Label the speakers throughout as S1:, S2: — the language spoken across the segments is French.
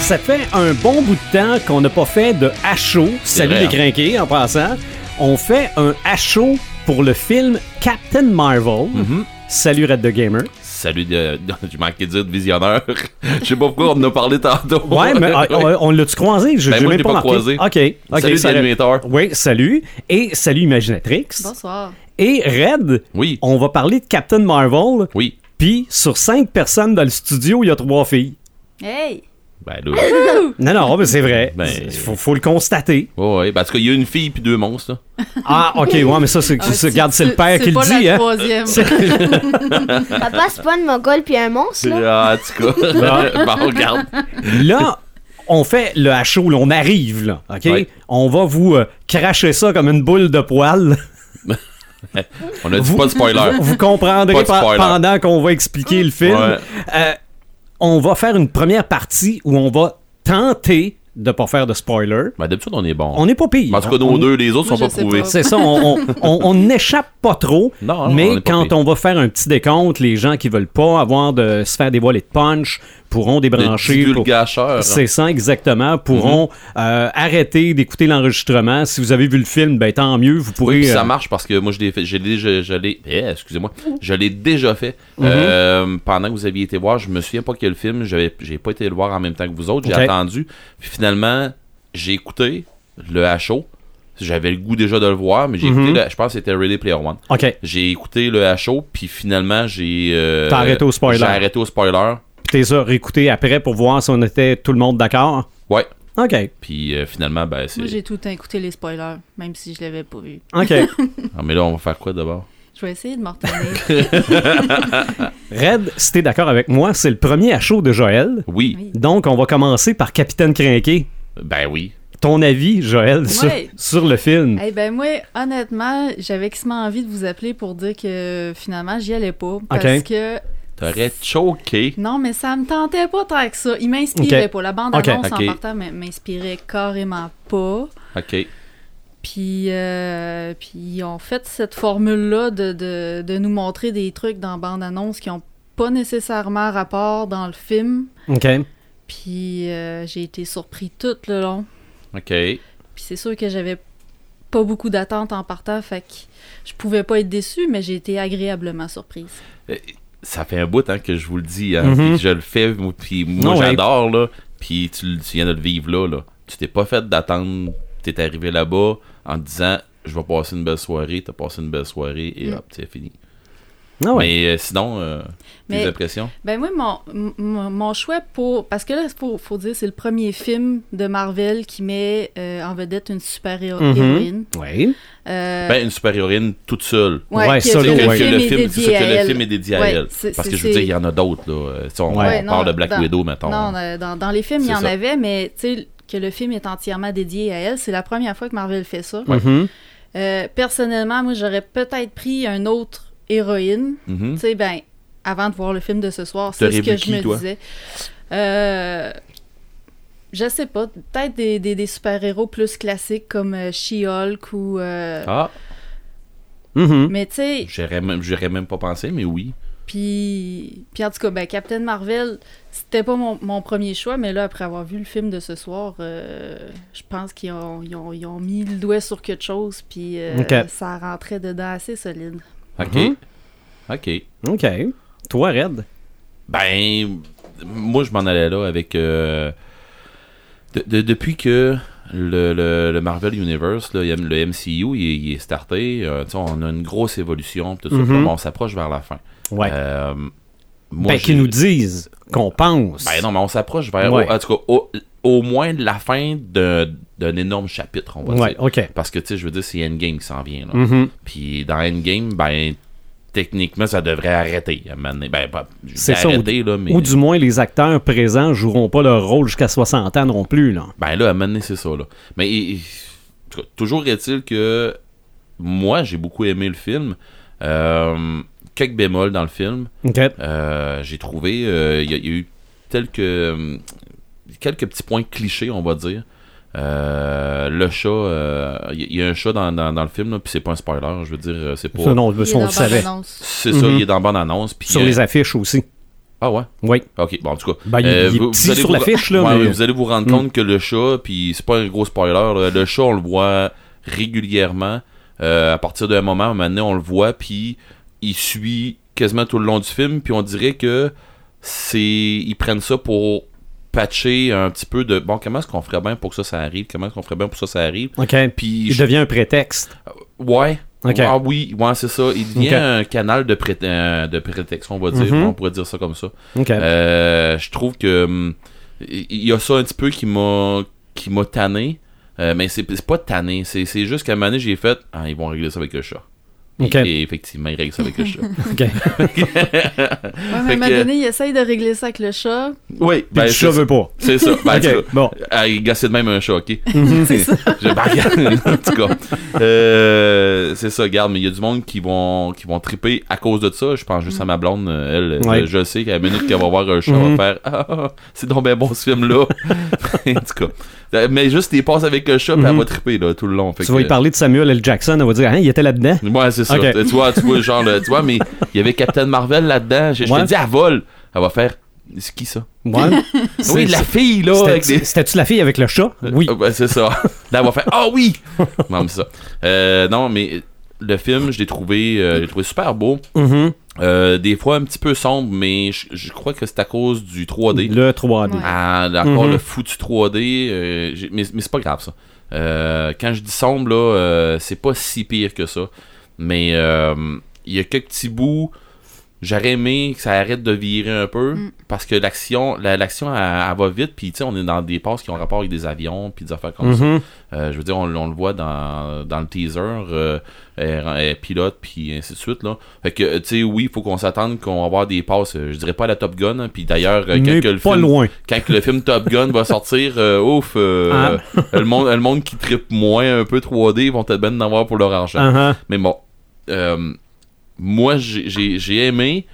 S1: Ça fait un bon bout de temps qu'on n'a pas fait de à chaud. Salut
S2: vrai,
S1: les
S2: hein.
S1: crinqués, en passant. On fait un à chaud pour le film Captain Marvel.
S2: Mhm.
S1: Salut Red the Gamer.
S2: Salut, de, de- j'ai manqué de dire de visionnaire. Je sais pas pourquoi on en a parlé tantôt.
S1: Ouais, mais ah, on- on l'a-tu croisé? Je
S2: Ben,
S1: j'ai
S2: moi,
S1: même
S2: je l'ai
S1: pas,
S2: pas
S1: marqué.
S2: croisé.
S1: OK. ok,
S2: Salut,
S1: ça-
S2: l'animateur.
S1: Oui, salut. Et salut Imaginatrix.
S3: Bonsoir.
S1: Et Red,
S2: Oui,
S1: on va parler de Captain Marvel.
S2: oui.
S1: Puis sur cinq personnes dans le studio, il y a trois filles.
S3: Hey!
S2: Ben là,
S1: Non, non, mais c'est vrai.
S2: Ben-
S1: Il faut, faut le constater.
S2: ouais, ouais. Parce qu'il y a une fille puis deux monstres. là.
S1: Ah, ok, ouais, mais ça, c'est,
S3: Ah,
S1: c'est- regarde, c'est le père qui le
S3: pas
S1: dit,
S3: la
S1: hein.
S3: troisième.
S4: Papa, c'est pas une mongole puis un monstre, là?
S2: Ah, en tout cas. bon, regarde.
S1: Là, on fait le à chaud, là, on arrive, là, ok?
S2: Oui.
S1: On va vous euh, cracher ça comme une boule de poil.
S2: On a dit Euh, pas de spoiler.
S1: Vous comprendrez
S2: Pas de
S1: pe-
S2: spoiler.
S1: pendant qu'on va expliquer le film.
S2: Ouais.
S1: Euh, on va faire une première partie où on va tenter de pas faire de spoiler.
S2: Ben d'habitude, on est bon.
S1: On n'est pas pire. hein?
S2: En tout cas,
S1: On-
S2: nos deux, les autres
S3: Moi,
S2: sont
S3: je
S2: pas
S3: sais
S2: prouvés.
S3: pas.
S1: C'est ça, on, on- on- on n'échappe pas trop,
S2: Non, non, on
S1: mais
S2: est pas
S1: quand
S2: pire.
S1: on va faire un petit décompte, les gens qui veulent pas avoir de se faire dévoiler de punch pourront débrancher.
S2: Le
S1: pour-
S2: gâcheur.
S1: C'est ça, exactement. Pourront
S2: Mhm.
S1: euh, arrêter d'écouter l'enregistrement. Si vous avez vu le film, ben tant mieux, vous pourrez.
S2: Puis ça
S1: euh,
S2: marche parce que moi, je l'ai fait, je l'ai, je, je l'ai, eh, excusez-moi,
S3: Mm.
S2: je l'ai déjà fait.
S1: Mm-hmm.
S2: Euh, pendant que vous aviez été voir, je me souviens pas quel film, j'avais, j'ai pas été le voir en même temps que vous autres, j'ai
S1: Ok.
S2: attendu. Puis finalement, j'ai écouté le HO. J'avais le goût déjà de le voir, mais j'ai
S1: Mm-hmm.
S2: écouté, le- je pense que c'était Ready Player One.
S1: OK.
S2: J'ai écouté le HO, puis finalement, j'ai. euh,
S1: T'as arrêté au spoiler.
S2: J'ai arrêté au spoiler.
S1: T'es ça, réécouter après pour voir si on était tout le monde d'accord.
S2: Ouais.
S1: OK.
S2: Puis euh, finalement, ben, c'est.
S3: Moi, j'ai tout le temps écouté les spoilers, même si je l'avais pas vu.
S1: OK.
S2: Ah, mais là, on va faire quoi d'abord
S3: Je vais essayer de m'en retenir.
S1: Red, si t'es d'accord avec moi, c'est le premier à chaud de Joël.
S2: Oui.
S3: Oui.
S1: Donc, on va commencer par Capitaine Crinqué.
S2: Ben oui.
S1: Ton avis, Joël, sur,
S3: Ouais.
S1: sur le film.
S3: Eh ben moi, honnêtement, j'avais quasiment envie de vous appeler pour dire que finalement, j'y allais pas. Parce
S1: Ok.
S3: que
S2: T'aurais choqué.
S3: non, mais ça me tentait pas tant que ça. Il m'inspirait
S1: Ok.
S3: pas. La bande
S1: Ok.
S3: annonce
S2: Ok.
S3: en partant m'in- m'inspirait carrément pas.
S2: Ok.
S3: Puis, euh, puis ils ont fait cette formule-là de, de, de nous montrer des trucs dans bande-annonce qui ont pas nécessairement rapport dans le film.
S1: OK.
S3: Puis euh, j'ai été surpris tout le long.
S2: Ok.
S3: Puis c'est sûr que j'avais pas beaucoup d'attentes en partant, fait que je pouvais pas être déçue, mais j'ai été agréablement surprise.
S2: ça fait un bout hein, que je vous le dis, hein,
S1: Mhm.
S2: puis je le fais, moi, puis moi
S1: Non, ouais.
S2: j'adore, là, puis tu, le- tu viens de le vivre là, là. Tu t'es pas fait d'attendre, t'es arrivé là-bas en te disant je vais passer une belle soirée, t'as passé une belle soirée et
S3: Mm.
S2: hop, c'est fini.
S1: Ah ouais.
S2: Mais euh, sinon, euh,
S3: Mais-
S2: tes impressions
S3: Ben oui, mon, m- mon- mon choix pour... Parce que là, il faut, faut dire, c'est le premier film de Marvel qui met euh, en vedette une Euh,
S1: Mhm.
S3: super-héroïne.
S1: Oui.
S2: Ben, une supériorine toute seule.
S1: ouais, solo,
S2: Que,
S1: Oh,
S2: que
S1: ouais.
S2: le
S3: est
S2: film, c'est
S3: dédié
S2: ça, que
S3: à
S2: le
S3: elle.
S2: film est dédié à
S3: Ouais,
S2: elle.
S3: c'est-
S2: Parce que
S3: c'est-
S2: je veux
S3: c'est-
S2: dire, il y en a d'autres, là. Euh, si on,
S1: Ouais,
S2: on
S3: non,
S2: parle de Black
S3: dans-
S2: Widow, mettons.
S3: Non, euh, dans, dans les films, il y
S2: C'est
S3: en
S2: ça.
S3: avait, mais tu sais, que le film est entièrement dédié à elle, c'est la première fois que Marvel fait ça.
S1: Mhm.
S3: Euh, personnellement, moi, j'aurais peut-être pris un autre héroïne.
S2: Mhm.
S3: Tu sais, ben, avant de voir le film de ce soir, c'est
S2: T'aurais
S3: ce
S2: vu
S3: que je
S2: qui,
S3: me
S2: toi?
S3: disais. Euh, je sais pas, peut-être des, des- des super-héros plus classiques comme euh, She-Hulk ou. euh,
S2: Ah,
S1: Mhm.
S3: Mais tu sais,
S2: j'aurais même, j'aurais même pas pensé, mais oui.
S3: puis, puis en tout cas, ben, Captain Marvel, c'était pas mon, mon premier choix, mais là, après avoir vu le film de ce soir, euh, je pense qu'ils ont, ils ont- ils ont mis le doigt sur quelque chose, puis euh,
S1: Ok.
S3: ça rentrait dedans assez solide.
S2: Ok.
S1: Mhm.
S2: Ok.
S1: OK. Toi, Red.
S2: Ben, moi, je m'en allais là avec. euh, de- de- depuis que le, le- le Marvel Universe, là, il y a- le MCU, il, est- il est starté, euh, tu sais, on a une grosse évolution, pis tout ça,
S1: Mhm.
S2: bon, on s'approche vers la fin.
S1: Ouais.
S2: Euh, moi,
S1: ben,
S2: j'ai-
S1: qu'ils nous disent qu'on pense.
S2: Ben non, mais on s'approche vers,
S1: Ouais.
S2: au- en tout cas, au, au moins de la fin de- d'un énorme chapitre, on va
S1: Ouais,
S2: dire.
S1: OK.
S2: Parce que, tu sais, je veux dire, c'est Endgame qui s'en vient, là.
S1: Mhm.
S2: Puis dans Endgame, ben, techniquement, ça devrait arrêter à un moment donné. Ben, pas, je dis
S1: C'est ça, ou-
S2: arrêter, là, mais...
S1: Ou du moins, les acteurs présents joueront pas leur rôle jusqu'à 60 ans non plus, là.
S2: Ben là, à un moment donné, c'est ça, là. Mais et- et- en tout cas, toujours est-il que moi, j'ai beaucoup aimé le film. Euh, quelques bémols dans le film.
S1: OK.
S2: Euh, j'ai trouvé, euh, il y, a- il y a eu tel que, euh, quelques petits points clichés, on va dire. Euh, le chat, euh, il y, il y a un chat dans, dans- dans le film, là, puis c'est pas un spoiler, je veux dire, euh, c'est pas...
S1: Ça, non, ça,
S3: Il est
S1: on
S3: dans
S1: le savait.
S3: bande-annonce.
S2: C'est ça,
S1: Mhm.
S2: il est dans bonne annonce. Puis
S1: Sur
S2: euh,
S1: les affiches aussi.
S2: Ah ouais?
S1: Oui.
S2: Ok, bon, en tout cas. euh,
S1: Ben, il- il est
S2: vous,
S1: petit
S2: allez
S1: sur
S2: vous-
S1: la fiche, là,
S2: ouais,
S1: mais-
S2: Vous allez vous rendre
S1: Mm.
S2: compte que le chat, puis c'est pas un gros spoiler, là, le chat, on le voit régulièrement. Euh, à partir d'un moment, maintenant, on le voit, puis il suit quasiment tout le long du film, puis on dirait que c'est. Ils prennent ça pour patcher un petit peu de. Bon, comment est-ce qu'on ferait bien pour que ça, ça arrive? Comment est-ce qu'on ferait bien pour que ça, ça arrive?
S1: OK.
S2: Puis
S1: Il
S2: je-
S1: devient un prétexte.
S2: Ouais.
S1: Ok.
S2: Ah oui, ouais, c'est ça. Il devient
S1: Ok.
S2: un canal de, pré- euh, de prétexte, on va dire.
S1: Mhm.
S2: On pourrait dire ça comme ça.
S1: OK.
S2: Euh, je trouve que hum, il y a ça un petit peu qui m'a qui m'a tanné. Euh, mais c'est c'est pas tanné, c'est c'est juste qu'à un moment donné, j'ai fait Ah, ils vont régler ça avec le chat.
S1: Ok.
S2: Et, et effectivement, ils règlent ça avec le chat.
S1: OK.
S3: Ouais, mais à un
S2: que-
S3: moment donné, il essaye de régler ça avec le chat.
S2: oui,
S1: Puis
S2: ben,
S1: le chat
S2: c'est
S1: veut pas.
S2: c'est ça. Ben, en tout
S1: OK.
S2: cas,
S1: Bon.
S2: ah, il gossait de même un chat, ok?
S3: C'est ça.
S2: Je bargaine, en tout cas. Euh, c'est ça, garde, mais il y a du monde qui vont, qui vont triper à cause de ça. Je pense juste à ma blonde, euh, elle,
S1: Ouais.
S2: euh, je sais qu'à la minute qu'elle va voir un chat,
S1: Mhm.
S2: elle va faire Ah, ah, ah, c'est donc bien bon ce film-là. en tout cas. Euh, Mais juste, il passe avec le chat, puis elle
S1: Mhm.
S2: va triper là, tout le long. Fait
S1: Tu vas
S2: que-
S1: lui parler de Samuel L. Jackson, elle va dire, hein, il était là-dedans.
S2: Ouais, c'est ça.
S1: Ok.
S2: Tu vois, tu vois, genre, le- tu vois, mais il y avait Captain Marvel là-dedans. Je, je
S1: Ouais.
S2: te dis, elle vole. Elle va faire C'est qui ça
S1: Ouais.
S2: Oui,
S1: C'est-
S2: la fille, là. avec des-
S1: C'était- C'était-tu la fille avec le chat? Oui.
S2: Ah, ben, c'est ça. Là, on va faire Ah oui! non, mais c'est ça. Euh, non, mais le film, je l'ai trouvé, euh, je l'ai trouvé super beau.
S1: Mhm.
S2: Euh, des fois un petit peu sombre, mais je, je crois que c'est à cause du 3D.
S1: Le 3D.
S3: Ouais.
S2: Ah, encore
S1: Mhm.
S2: le foutu 3D. euh, j'ai- mais mais c'est pas grave, ça. Euh, quand je dis sombre, là, euh, c'est pas si pire que ça. Mais euh, il y a quelques petits bouts. J'aurais aimé que ça arrête de virer un peu
S3: Mm.
S2: parce que l'action, la- l'action, elle, elle va vite. Puis tu sais, on est dans des passes qui ont rapport avec des avions, puis des affaires comme ça.
S1: Mhm.
S2: Euh, je veux dire, on, on le voit dans, dans le teaser, euh, elle- elle pilote, puis ainsi de suite. Là. Fait que, tu sais, oui, il faut qu'on s'attende qu'on va avoir des passes, euh, je dirais pas à la Top Gun, hein, puis d'ailleurs, euh,
S1: Mais
S2: quand, que
S1: pas
S2: le film,
S1: loin.
S2: quand que le film Top Gun va sortir, euh, ouf, euh,
S1: Ah.
S2: le, monde, le monde qui tripe moins un peu 3D, ils vont peut-être bien en avoir pour leur argent.
S1: Uh-huh.
S2: Mais bon, euh, moi, j'ai j'ai- j'ai aimé.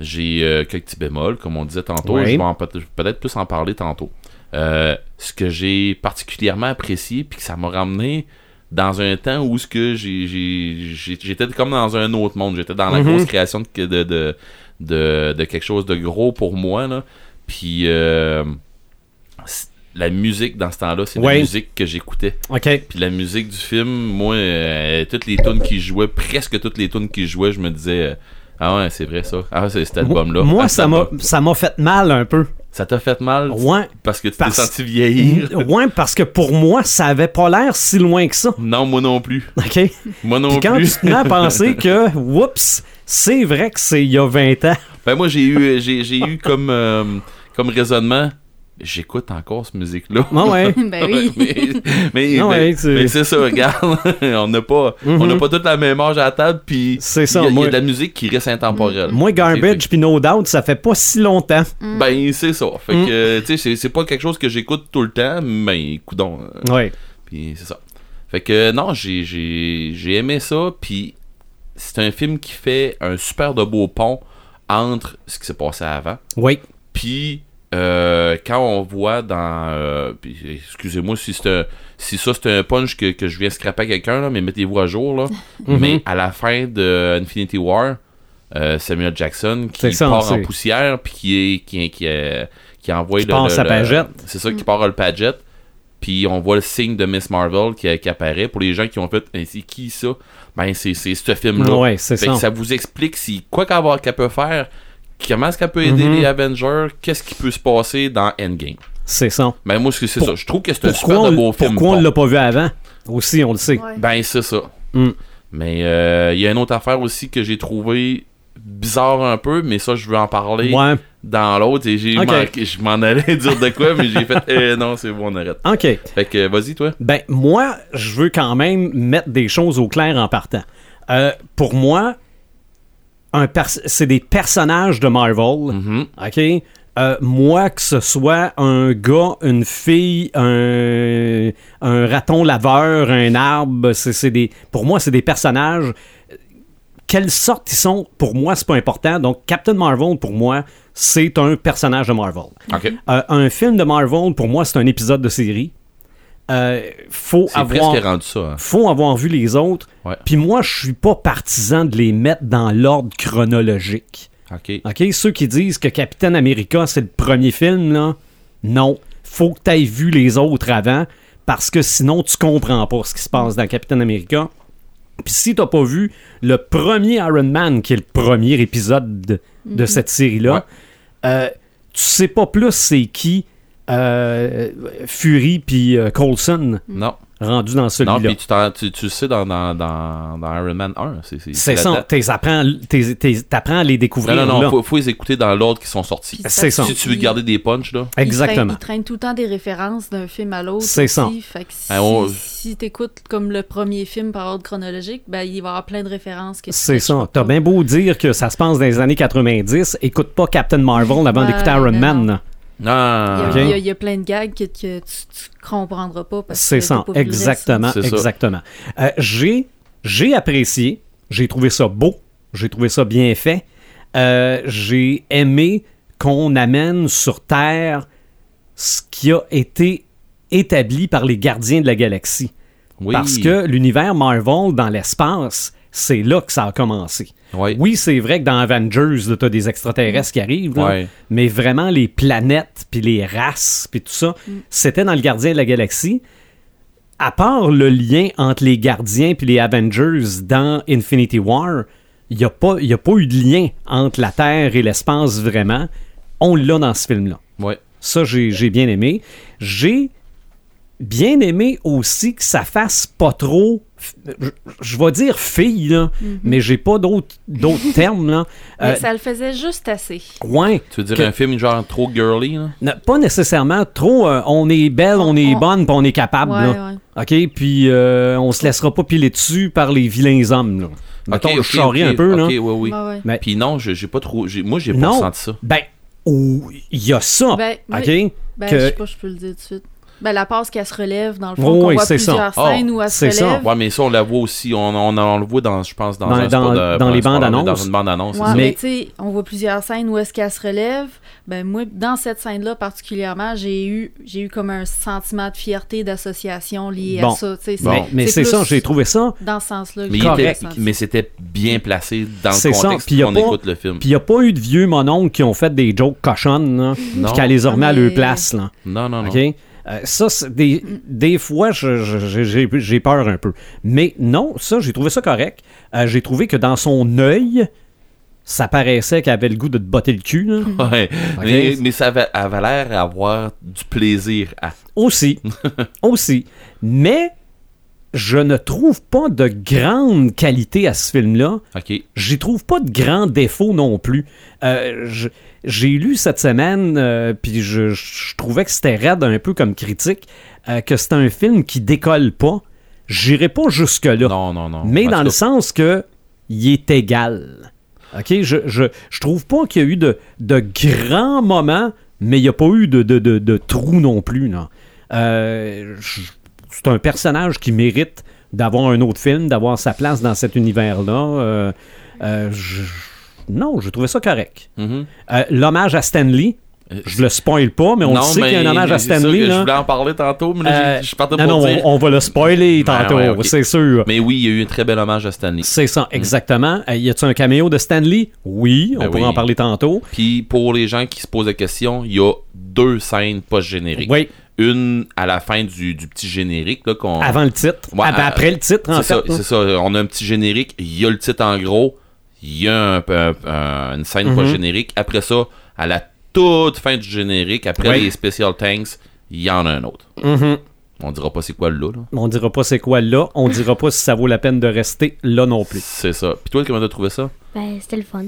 S2: J'ai euh, quelques petits bémols, comme on disait tantôt.
S1: Ouais.
S2: Je vais en peut- je vais peut-être plus en parler tantôt. Euh, ce que j'ai particulièrement apprécié, puis que ça m'a ramené dans un temps où ce que j'ai- j'ai- j'ai- j'étais comme dans un autre monde. J'étais dans la
S1: Mhm.
S2: grosse création de, de, de, de- de quelque chose de gros pour moi. Là. Puis euh, c- la musique dans ce temps-là, c'est
S1: Ouais.
S2: la musique que j'écoutais.
S1: OK.
S2: Puis la musique du film, moi, euh, toutes les tunes qui jouaient, presque toutes les tunes qui jouaient, je me disais, euh, ah ouais, c'est vrai ça. Ah, c'est cet album-là.
S1: Moi,
S2: Ah,
S1: ça
S2: cet
S1: m'a
S2: album.
S1: ça m'a fait mal un peu.
S2: Ça t'a fait mal
S1: Ouais.
S2: parce que tu
S1: Parce-
S2: t'es senti vieillir.
S1: Ouais, parce que pour moi, ça avait pas l'air si loin que ça.
S2: Non, moi non plus.
S1: OK?
S2: Moi non
S1: Puis quand tu
S2: plus.
S1: te mets à penser que, oups, c'est vrai que c'est il y a 20 ans.
S2: Ben moi, j'ai eu, j'ai, j'ai eu comme, euh, comme raisonnement, j'écoute encore cette musique-là.
S1: Non, ouais.
S3: ben oui.
S2: mais mais,
S1: Non,
S2: mais-
S1: ouais, c'est-
S2: mais c'est ça, regarde. on n'a pas, on n'a
S1: Mhm.
S2: pas toute la même âge à la table, puis
S1: C'est ça,
S2: il y a- il y,
S1: moi-
S2: a de la musique qui reste intemporelle.
S1: Moi,
S2: C'est- c'est-
S1: Garbage puis No Doubt, ça fait pas si longtemps.
S2: Ben, c'est ça. Fait
S1: Mm.
S2: que, euh, tu sais, c'est- c'est pas quelque chose que j'écoute tout le temps, mais écoute
S1: Ouais.
S2: Puis c'est ça. Fait que, euh, non, j'ai j'ai- j'ai aimé ça, puis c'est un film qui fait un super de beau pont entre ce qui s'est passé avant,
S1: Oui.
S2: puis euh, quand on voit dans... euh, puis, Excusez-moi si c'est un- Si ça c'est un punch que, que je viens scraper à quelqu'un, là, mais mettez-vous à jour. Là.
S1: Mhm.
S2: Mais à la fin de Infinity War, euh, Samuel Jackson qui
S1: C'est ça,
S2: part en
S1: c'est-
S2: poussière puis qui est- qui qui euh, qui envoie
S1: Qui
S2: le,
S1: part
S2: le-
S1: sa
S2: le-
S1: pagette.
S2: c'est ça qui part le paget puis on voit le signe de Miss Marvel qui, qui apparaît pour les gens qui ont fait Hey, c'est qui ça ben c'est c'est ce film là
S1: Ouais, c'est ça.
S2: ça vous explique si quoi qu'elle va- qu'elle peut faire comment est-ce qu'elle peut aider
S1: Mhm.
S2: les Avengers qu'est-ce qui peut se passer dans Endgame
S1: C'est ça.
S2: ben moi c'est c'est
S1: Pour-
S2: ça je trouve que c'est un
S1: Pourquoi
S2: super
S1: on,
S2: de beau film
S1: pourquoi on
S2: bon.
S1: l'a pas vu avant? Aussi, on le sait.
S3: Ouais.
S2: Ben, c'est ça.
S1: Mm.
S2: Mais euh, il y a une autre affaire aussi que j'ai trouvé bizarre un peu, mais ça, je veux en parler
S1: Ouais.
S2: dans l'autre. Et j'ai
S1: Ok.
S2: manqué- je m'en allais dire de quoi, mais j'ai fait, eh, non, c'est bon, on arrête.
S1: OK.
S2: Fait que, euh, vas-y, toi.
S1: Ben, moi, je veux quand même mettre des choses au clair en partant. Euh, pour moi, un pers- c'est des personnages de Marvel.
S2: Mhm.
S1: OK? Euh, moi, que ce soit un gars, une fille, un, un raton laveur, un arbre, c'est c'est des, pour moi, c'est des personnages. Quelle sorte ils sont, pour moi, c'est pas important. Donc, Captain Marvel, pour moi, c'est un personnage de Marvel.
S2: Ok.
S1: Euh, un film de Marvel, pour moi, c'est un épisode de série. Euh, faut
S2: C'est
S1: avoir
S2: presque rendu ça. hein.
S1: faut avoir vu les autres.
S2: Ouais.
S1: Puis moi, je suis pas partisan de les mettre dans l'ordre chronologique.
S2: Ok.
S1: OK, ceux qui disent que Capitaine America, c'est le premier film, là, non. Faut que tu aies vu les autres avant, parce que sinon, tu comprends pas ce qui se passe dans Capitaine America. Puis si t'as pas vu le premier Iron Man, qui est le premier épisode de, de cette série-là,
S2: Ouais.
S1: euh, tu sais pas plus c'est qui euh, Fury puis euh, Coulson
S2: Non.
S1: rendu dans
S2: Non,
S1: celui-là.
S2: puis tu, t'en- tu, tu le sais dans, dans, dans, dans Iron Man 1. C'est, c'est,
S1: C'est
S2: là-dedans.
S1: ça, t'es apprends- t'es- t'es- t'apprends à les
S2: Non,
S1: découvrir
S2: non, non,
S1: là.
S2: faut, faut les écouter dans l'ordre qui sont sortis.
S3: Puis
S1: C'est ça.
S2: Si tu veux garder des punchs, là.
S3: Il traîne-
S1: Exactement.
S3: Il traîne tout le temps des références d'un film à l'autre.
S1: C'est ça.
S3: aussi. Fait que si,
S2: Ah, on-
S3: tu écoutes comme le premier film par ordre chronologique, ben, il va y avoir plein de références. que tu
S1: C'est
S3: catches
S1: ça.
S3: pas.
S1: T'as bien beau dire que ça se passe dans les années 90, écoute pas Captain Marvel avant
S3: Ouais,
S1: d'écouter Iron
S3: mais
S1: Man.
S3: Ben non.
S1: là.
S3: Il y,
S2: Ah,
S3: a,
S1: Ok.
S3: il y a- il y a plein de gags que, que tu, tu comprendras pas. parce que
S1: C'est
S3: t'as
S1: ça,
S3: pas vu le reste.
S1: exactement,
S2: C'est ça.
S1: exactement. Euh, j'ai, j'ai apprécié, j'ai trouvé ça beau, j'ai trouvé ça bien fait. Euh, j'ai aimé qu'on amène sur Terre ce qui a été établi par les gardiens de la galaxie.
S2: oui.
S1: Parce que l'univers Marvel dans l'espace, c'est là que ça a commencé.
S2: Ouais.
S1: Oui, c'est vrai que dans Avengers, tu as des extraterrestres qui arrivent, là,
S2: Ouais.
S1: mais vraiment les planètes, puis les races, puis tout ça, c'était dans le Gardien de la Galaxie. À part le lien entre les gardiens puis les Avengers dans Infinity War, il n'y a, pas- y a pas eu de lien entre la Terre et l'espace vraiment. On l'a dans ce film-là.
S2: Ouais.
S1: Ça, j'ai j'ai bien aimé. J'ai bien aimé aussi que ça fasse pas trop. Je, je vais dire fille, là, mais j'ai pas d'autres d'autres termes. Là.
S3: Mhm. Mais
S1: Euh,
S3: ça le faisait juste assez.
S1: ouais,
S2: Tu veux dire
S1: Que-
S2: un film genre trop girly, là?
S1: n- pas nécessairement trop. euh, on est belle, on est
S3: On-
S1: bonne, puis on est capable.
S3: Ouais,
S1: là.
S3: ouais.
S1: OK? Puis euh, on se laissera pas piler dessus par les vilains hommes. Là. Mettons,
S2: Ok,
S1: je
S2: ok,
S1: charrie
S2: ok,
S1: un peu. là.
S2: ok, ouais, oui.
S3: Ouais, ouais.
S1: Mais-
S2: Puis non, je- j'ai pas trop. j'ai- Moi, j'ai pas
S1: Non.
S2: senti ça.
S1: Ben, ou- il y a ça.
S3: Ben,
S1: OK?
S3: oui. Ben,
S1: que-
S3: je sais pas, je peux le dire tout de suite. Ben, la passe qu'elle se relève, dans le fond,
S1: Oui,
S3: qu'on voit
S1: c'est ça.
S3: plusieurs
S2: Ah,
S3: scènes où elle se
S1: c'est ça.
S3: relève.
S2: Ouais, mais ça, on la voit aussi. On, on, on le voit dans, je pense, dans,
S1: Dans-
S2: un
S1: dans-
S2: spot
S1: dans
S2: de- pas
S1: les
S2: un spot,
S1: bandes-annonces.
S2: Dans une bande-annonce.
S3: Ouais,
S2: c'est ça.
S1: Mais-
S3: mais tu sais, on voit plusieurs scènes où est-ce qu'elle se relève. Ben moi, dans cette scène-là particulièrement, j'ai eu, j'ai eu comme un sentiment de fierté, d'association lié
S1: Bon.
S3: à ça. tu sais, c'est-
S2: Bon.
S1: Mais, mais c'est
S3: plus
S1: ça, j'ai trouvé ça.
S3: Dans ce sens-là, que
S2: Mais, il
S3: j'ai
S2: était-
S1: Correct.
S3: ressenti.
S2: mais c'était bien placé dans
S1: C'est
S2: le
S1: ça,
S2: contexte
S1: puis y a
S2: qu'on
S1: pas-
S2: écoute le film.
S1: Puis il n'y a pas eu de vieux mononges qui ont fait des jokes cochonnes, là,
S2: Non.
S1: puis qu'elle les a remis à
S3: Mais-
S1: leur place. Là.
S2: Non, non, non.
S1: OK? Euh, ça, c'est des, des fois, je- je- je- j'ai j'ai peur un peu. Mais non, ça, j'ai trouvé ça correct. Euh, j'ai trouvé que dans son œil, ça paraissait qu'elle avait le goût de te botter le cul. là.
S2: Ouais.
S1: Ok.
S2: Mais, mais ça avait, elle avait l'air d'avoir du plaisir à.
S1: Aussi. aussi. Mais je ne trouve pas de grande qualité à ce film-là.
S2: Ok.
S1: J'y trouve pas de grands défauts non plus. Euh, je- J'ai lu cette semaine, euh, puis je, je trouvais que c'était raide un peu comme critique, euh, que c'est un film qui décolle pas. J'irai pas jusque-là.
S2: Non, non, non.
S1: Mais
S2: En
S1: dans
S2: tout
S1: le
S2: cas,
S1: sens que il est égal. OK? Je, je, je trouve pas qu'il y a eu de, de grands moments, mais il n'y a pas eu de, de, de, de trous non plus. non. Euh, je- c'est un personnage qui mérite d'avoir un autre film, d'avoir sa place dans cet univers-là. Euh, euh, je- non, je trouvais ça correct.
S2: mhm.
S1: Euh, L'hommage à Stanley,
S2: Euh,
S1: je le spoil pas, mais on le
S2: non,
S1: sait qu'il y a un hommage à
S2: c'est ça
S1: Stanley.
S2: que Je
S1: là.
S2: voulais en parler tantôt, mais là,
S1: Euh,
S2: j'ai- je partais
S1: non,
S2: pour
S1: non,
S2: dire.
S1: on, on va le spoiler
S2: Ah,
S1: tantôt,
S2: ouais, ok.
S1: c'est sûr.
S2: Mais oui, il y a eu un très bel hommage à Stanley.
S1: C'est ça, exactement. Euh, Y a-tu un caméo de Stanley? Oui, on
S2: Mm. Ben
S1: pourra
S2: oui.
S1: en parler tantôt.
S2: Puis pour les gens qui se posent la question, il y a deux scènes post-génériques.
S1: Oui,
S2: Une à la fin du, du petit générique. Là, qu'on...
S1: avant le titre.
S2: Ouais,
S1: Ah, ben,
S2: euh,
S1: après le titre, en
S2: C'est
S1: fait.
S2: ça,
S1: là.
S2: c'est ça. On a un petit générique, il y a le titre en gros, il y a un peu- un- un- une
S1: Mhm.
S2: scène pas générique. Après ça, à la toute fin du générique, après
S1: Ouais.
S2: les Special Tanks, il y en a un autre.
S1: Mhm.
S2: On dira pas c'est quoi le lot, là.
S1: On dira pas c'est quoi là, on dira pas si ça vaut la peine de rester là non plus.
S2: C'est ça. Puis toi, comment t'as trouvé ça?
S4: Ben, c'était le fun.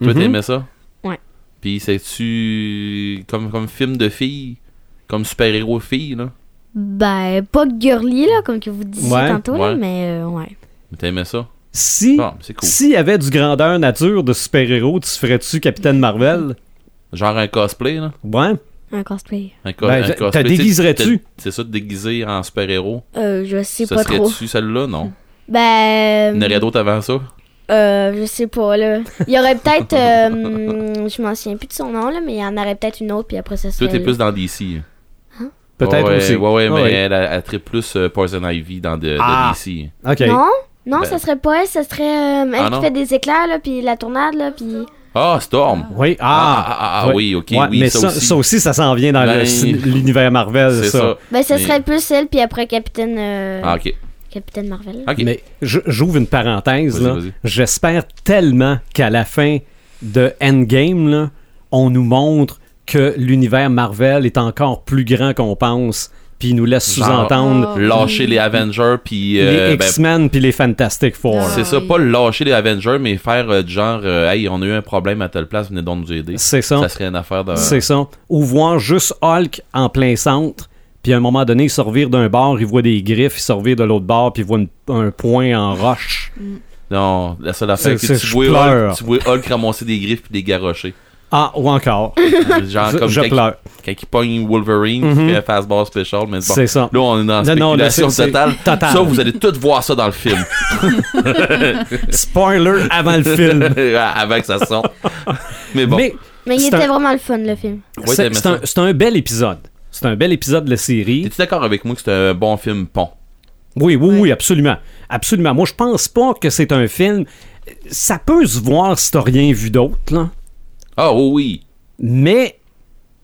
S2: Toi,
S1: Mhm.
S2: t'aimais ça?
S4: Ouais.
S2: Puis c'est-tu comme, comme film de fille? Comme super-héros fille, là?
S4: Ben, pas girly, là, comme que vous disiez
S1: Ouais,
S4: tantôt, là,
S2: ouais.
S4: mais euh, ouais.
S2: T'aimais ça?
S1: Si
S2: Bon, c'est cool.
S1: s'il y avait du grandeur nature de super-héros, tu ferais-tu Capitaine Marvel?
S2: Genre un cosplay, là?
S1: Ouais.
S4: Un cosplay.
S2: Un, co-
S1: Ben,
S2: un
S1: te- te
S2: cosplay,
S1: déguiserais-tu?
S2: t'es- C'est ça, te déguiser en super-héros?
S4: Euh, je sais
S2: Ça
S4: pas trop.
S2: serait-tu celle-là? Non.
S4: Ben.
S2: Il y en aurait d'autres avant ça?
S4: Euh, je sais pas, là. Il y aurait peut-être. euh, je m'en souviens plus de son nom, là, mais il y en aurait peut-être une autre, puis après, ça
S2: Toi,
S4: serait.
S2: t'es plus dans DC.
S1: Peut-être
S2: ouais,
S1: aussi.
S2: Ouais, ouais, mais
S1: Ah ouais.
S2: elle, elle, elle tripe plus euh, Poison Ivy dans de, de
S1: Ah.
S2: DC.
S1: OK.
S4: Non? Non,
S2: Ben-
S4: ça serait pas elle, ça serait euh, elle
S2: Ah,
S4: qui
S2: non?
S4: fait des éclairs, là, puis la tournade, là, puis.
S2: Ah, Storm.
S1: Oui,
S2: Ah,
S1: ah,
S2: ah, ah, ah,
S1: ouais.
S2: oui, ok,
S1: Ouais,
S2: oui,
S1: mais
S2: ça, aussi.
S1: ça s'en vient dans le
S2: Ben,
S1: cin- l'univers Marvel,
S2: c'est
S1: ça.
S2: ça.
S4: Ben, ça
S2: Mais-
S4: serait plus elle, puis après Capitaine, euh,
S2: Ah, ok.
S4: Capitaine Marvel.
S2: Ok.
S1: Mais je- j'ouvre une parenthèse.
S2: Vas-y,
S1: là.
S2: vas-y.
S1: J'espère tellement qu'à la fin de Endgame, là, on nous montre que l'univers Marvel est encore plus grand qu'on pense, puis il nous laisse
S2: Genre,
S1: sous-entendre
S4: Oh,
S3: Ah,
S2: Lâcher
S3: oui.
S2: les Avengers, puis. euh,
S1: les
S2: ben,
S1: X-Men puis les Fantastic Four.
S3: Ah,
S2: c'est ça,
S3: oui.
S2: pas lâcher les Avengers, mais faire euh, du genre, euh, hey, on a eu un problème à telle place, venez donc nous aider.
S1: C'est ça.
S2: Ça euh, serait une affaire de.
S1: C'est ça. Ou voir juste Hulk en plein centre, puis à un moment donné, il se revire d'un bord, il voit des griffes, il se revire de l'autre bord, puis il voit une- un point en roche.
S2: Non, la seule affaire
S1: C'est-
S2: que
S1: c'est-
S2: tu
S1: je
S2: vois,
S1: pleure.
S2: Hulk, tu vois Hulk ramasser des griffes puis des garrocher.
S1: Ah, ou encore.
S2: Genre
S1: Je-
S2: Ah, comme
S1: je
S2: quand,
S1: pleure.
S2: Il, quand il pogne Wolverine,
S1: Mhm.
S2: il fait un fastball special, mais bon,
S1: C'est ça.
S2: Là, on est dans la
S1: Non, non, là,
S2: spéculation
S1: c'est- c'est
S2: totale.
S1: total.
S2: Ça, vous allez tous voir ça dans le film.
S1: Spoiler avant le film.
S2: Ah, Avant que ça sorte. Mais bon.
S1: Mais
S4: Mais il
S1: C'est
S4: était
S1: un-
S4: vraiment le fun, le film.
S2: Ouais,
S1: c'est
S2: t'aimais
S1: c'est un,
S2: ça.
S1: c'est un bel épisode. C'est un bel épisode de la série.
S2: Es-tu d'accord avec moi que c'est un bon film pont?
S1: Oui, oui, oui, absolument. Absolument. Moi, je pense pas que c'est un film. Ça peut se voir si t'as rien vu d'autre, là.
S2: Ah oui, oui.
S1: Mais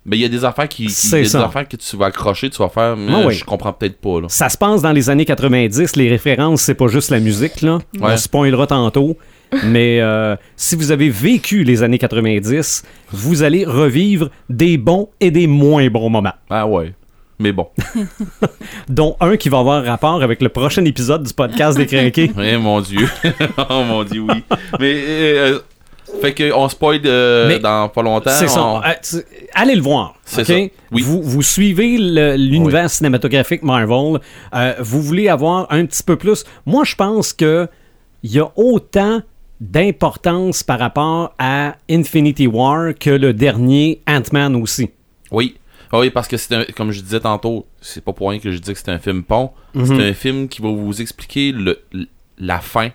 S2: Mais il y a des affaires qui. qui- il y a
S1: C'est
S2: des
S1: ça.
S2: affaires que tu vas accrocher, tu vas faire. mais
S1: Ah oui.
S2: Je comprends peut-être pas, là.
S1: ça se passe dans les années 90. Les références, c'est pas juste la musique, là.
S2: Ouais.
S1: On spoilera tantôt. Mais euh, si vous avez vécu les années 90, vous allez revivre des bons et des moins bons moments.
S2: Ah ouais. Mais bon.
S1: Dont un qui va avoir rapport avec le prochain épisode du podcast des Crinqués.
S2: Eh mon dieu. oh mon dieu, oui. Mais. euh, fait qu'on spoil euh,
S1: Mais-
S2: dans pas longtemps.
S1: C'est ça.
S2: on-
S1: Euh, tu- Allez le voir.
S2: C'est
S1: ok?
S2: ça. Oui.
S1: Vous, vous suivez le- l'univers cinématographique Marvel. Euh, vous voulez avoir un petit peu plus. Moi, je pense que il y a autant d'importance par rapport à Infinity War que le dernier Ant-Man aussi.
S2: Oui. Ah Oui, parce que c'est un, comme je disais tantôt, c'est pas pour rien que je dis que c'est un film pont.
S1: Mhm.
S2: C'est un film qui va vous expliquer le, l- la fin.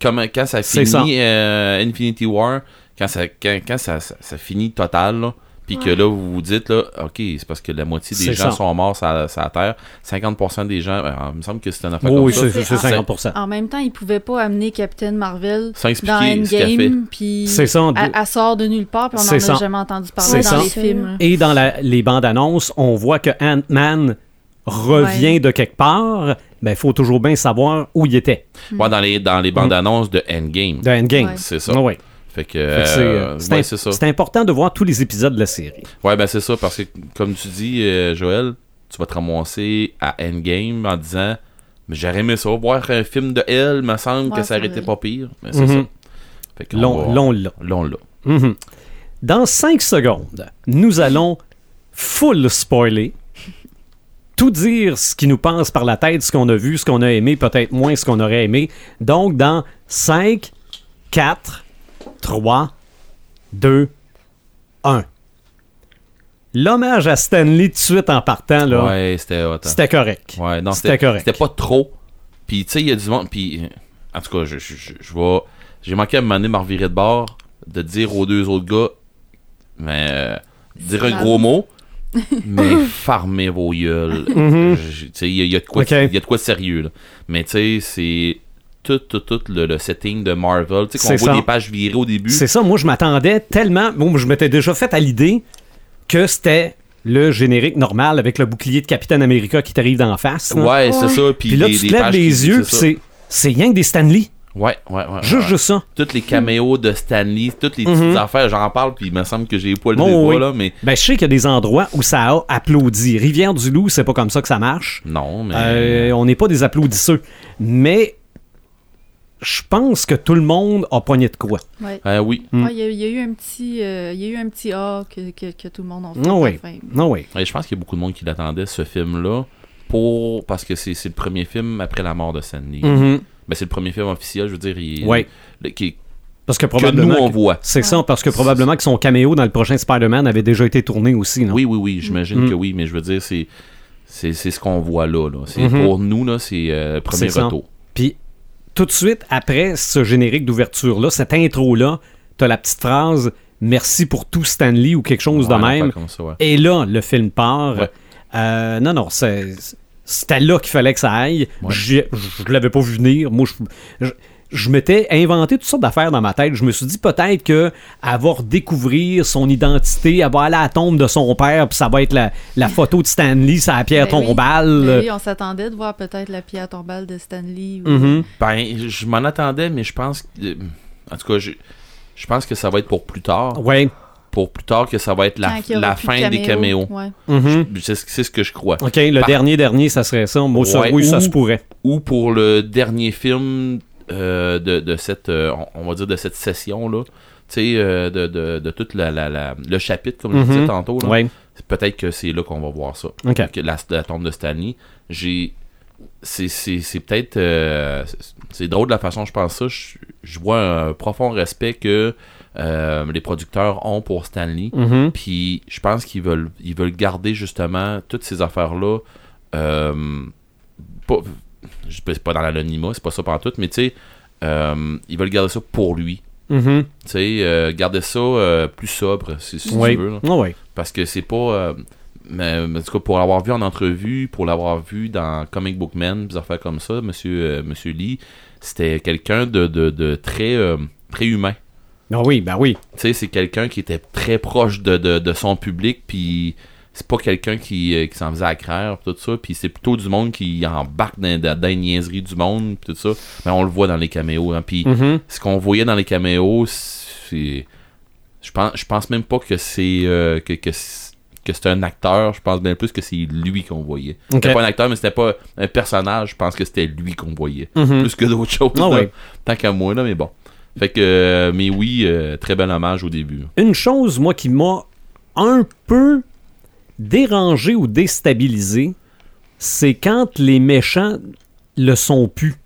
S2: Comment, quand ça
S1: C'est ça.
S2: finit euh, Infinity War, quand ça, quand, quand ça, ça, ça finit total, là, puis que là, vous vous dites, là, OK, c'est parce que la moitié des
S1: C'est
S2: gens
S1: ça.
S2: sont morts sur la, sur la Terre. 50% des gens, euh, il me semble que c'est un affaire
S1: Oui,
S2: comme
S1: oui,
S2: ça.
S1: c'est
S3: c'est-
S1: c'est 50%.
S3: En même temps, ils pouvaient pas amener Captain Marvel
S2: Sans
S3: dans
S2: expliquer ce qu'elle fait.
S3: Endgame, puis
S1: C'est ça. en deux-
S3: elle, elle sort de nulle part, puis on
S1: C'est
S3: n'en
S1: ça.
S3: a jamais entendu
S1: C'est
S3: parler dans
S1: ça.
S3: les films. là.
S1: Et dans la- les bandes annonces, on voit que Ant-Man revient
S3: Ouais.
S1: de quelque part. Ben, il faut toujours bien savoir où il était.
S2: Ouais, dans les, dans les bandes annonces de Endgame.
S1: Mhm. De Endgame.
S3: Ouais.
S2: C'est ça.
S1: Ah oui.
S2: Fait que,
S1: Fait que c'est,
S2: euh,
S1: euh, c'est
S2: ouais,
S1: im-
S2: c'est ça.
S1: c'est important de voir tous les épisodes de la série.
S2: Ouais, ben c'est ça, parce que comme tu dis, euh, Joël, tu vas te ramasser à Endgame en disant Mais j'aurais aimé ça, voir un film de elle, me semble que
S3: Ouais,
S2: ça aurait
S3: c'est
S2: été
S3: vrai.
S2: pas pire. Mais c'est
S1: Mhm.
S2: ça. Fait qu'on
S1: Long,
S2: va- Mm-hmm.
S1: long là.
S2: long là.
S1: Mhm. Dans 5 secondes, nous allons full spoiler, tout dire ce qui nous passe par la tête, ce qu'on a vu, ce qu'on a aimé, peut-être moins ce qu'on aurait aimé. Donc, dans 5, 4, 3, 2, 1. L'hommage à Stanley tout de suite en partant, là,
S2: Ouais, c'était hot, hein.
S1: c'était correct.
S2: Ouais, non,
S1: C'était correct.
S2: C'était pas trop. Puis tu sais, il y a du monde. Puis euh, en tout cas, je, je, je, je vais. J'ai manqué à me donné de me revirer de bord, de dire aux deux autres gars, mais euh, dire un
S3: grave.
S2: gros mot, mais farmez vos gueules. Je- Tu sais, il y, a- il y a de quoi,
S1: Mhm. Ok.
S2: il y a de quoi de sérieux. là. Mais tu sais, c'est tout, tout, tout le, le setting de Marvel. Tu sais, qu'on
S1: C'est
S2: voit
S1: ça.
S2: des pages virées au début.
S1: C'est ça, moi je m'attendais tellement. Bon, je m'étais déjà fait à l'idée que c'était le générique normal avec le bouclier de Capitaine America qui t'arrive d'en face. là.
S2: Ouais, c'est
S4: Ouais.
S2: ça. Puis
S1: Puis là,
S2: des-
S1: tu
S2: des
S1: te lèves
S2: pages
S1: les
S2: qui-
S1: yeux, puis
S2: ça.
S1: c'est. C'est rien que des Stanley.
S2: Ouais, ouais, ouais.
S1: Juste,
S2: ouais.
S1: juste ça.
S2: toutes les caméos de Stanley, toutes les petites affaires, j'en parle, puis il me semble que j'ai pas le
S1: Bon,
S2: débat,
S1: Mhm. oui.
S2: là, mais
S1: Ben, je sais qu'il y a des endroits où ça a applaudi. Rivière-du-Loup, c'est pas comme ça que ça marche.
S2: non, mais
S1: Euh, on n'est pas des applaudisseurs. Mais je pense que tout le monde a poigné de quoi.
S3: Ouais.
S2: Ah oui,
S1: Mm.
S3: Ouais, il y, a- il y a eu un petit, euh, il y a eu un petit ah que, que, que tout le monde a fait.
S1: Non,
S3: à la
S1: Ah oui.
S3: fin.
S1: Non, oui.
S2: Et je pense qu'il y a beaucoup de monde qui l'attendait ce film-là pour parce que c'est c'est le premier film après la mort de Stanley. Ben, c'est le premier film officiel, je veux dire, il-
S1: Mhm. Ouais.
S2: le- qui-
S1: Parce que
S2: que nous
S1: probablement.
S2: on
S1: que-
S2: voit.
S1: C'est ça, parce que probablement que son caméo dans le prochain Spider-Man avait déjà été tourné aussi, non?
S2: Oui, oui, oui, j'imagine
S1: Mm.
S2: que oui, mais je veux dire, c'est c'est c'est ce qu'on voit là, là. C'est
S1: Mhm.
S2: pour nous là, c'est euh, le premier
S1: C'est ça.
S2: retour.
S1: Puis tout de suite après ce générique d'ouverture là, cette intro là, t'as la petite phrase "Merci pour tout Stanley" ou quelque chose
S2: Ouais,
S1: de
S2: on
S1: même.
S2: fait comme ça, ouais.
S1: Et là, le film part.
S2: Ouais.
S1: Euh, non, non, c'est- c'était là qu'il fallait que ça aille.
S2: Ouais.
S1: J'y- Je, ne l'avais pas vu venir. Moi, je, je- je m'étais inventé toutes sortes d'affaires dans ma tête. Je me suis dit peut-être que elle va redécouvrir son identité, elle va aller à la tombe de son père, puis ça va être la, la photo de Stanley, sa pierre
S3: Ben oui.
S1: tombale.
S3: Ben oui, on s'attendait de voir peut-être la pierre tombale de Stanley. ou-
S1: Mhm.
S2: Ben, je m'en attendais, mais je pense que. En tout cas, je, je pense que ça va être pour plus tard.
S1: Ouais.
S2: Pour plus tard que ça va être la,
S3: Quand il y aura
S2: la
S3: plus
S2: fin
S3: de
S2: des caméos.
S3: Ouais.
S1: Mhm.
S2: C'est ce c'est ce que je crois.
S1: OK, le
S2: Par-
S1: dernier, dernier, ça serait ça. Moi, ça,
S2: Bah. Ouais,
S1: oui, ça
S2: ou-
S1: se pourrait.
S2: Ou pour le dernier film euh, de, de cette. euh, on- on va dire de cette session-là. Tu sais, euh, de, de, de toute la, la- la- le chapitre, comme je
S1: Mhm.
S2: disais tantôt. là.
S1: Ouais.
S2: Peut-être que c'est là qu'on va voir ça.
S1: OK.
S2: que la, la tombe de Stanley, j'ai. C'est, c'est, c'est peut-être. euh, c'est- c'est drôle de la façon dont je pense ça. Je, je vois un profond respect que euh, les producteurs ont pour Stanley.
S1: Mhm.
S2: Puis je pense qu'ils veulent, ils veulent garder justement toutes ces affaires-là. euh, pas, je c'est pas dans l'anonymat, c'est pas ça partout, mais tu sais, euh, ils veulent garder ça pour lui.
S1: Mhm.
S2: Tu sais, euh, garder ça euh, plus sobre, si, si
S1: Ouais.
S2: tu veux. là
S1: Ah ouais.
S2: parce que c'est pas euh, mais, mais en tout cas pour l'avoir vu en entrevue pour l'avoir vu dans Comic Book Man des affaires comme ça monsieur euh, monsieur Lee c'était quelqu'un de, de, de très euh, très humain
S1: Ah oui, ben oui.
S2: tu sais c'est quelqu'un qui était très proche de, de, de son public puis c'est pas quelqu'un qui, euh, qui s'en faisait à craire pis tout ça puis c'est plutôt du monde qui embarque dans, dans, dans les niaiseries du monde pis tout ça mais on le voit dans les caméos hein, puis
S1: Mhm.
S2: ce qu'on voyait dans les caméos, c'est. Je pense, je pense même pas que c'est. euh, que, que c'est que c'est un acteur, je pense bien plus que c'est lui qu'on voyait. C'était
S1: Ok.
S2: pas un acteur, mais c'était pas un personnage, je pense que c'était lui qu'on voyait.
S1: Mhm.
S2: Plus que d'autres choses.
S1: Ah
S2: là.
S1: ouais.
S2: Tant qu'à moi, là, mais bon. Fait que, euh, mais oui, euh, très bel hommage au début.
S1: Une chose, moi, qui m'a un peu dérangé ou déstabilisé, c'est quand les méchants le sont plus.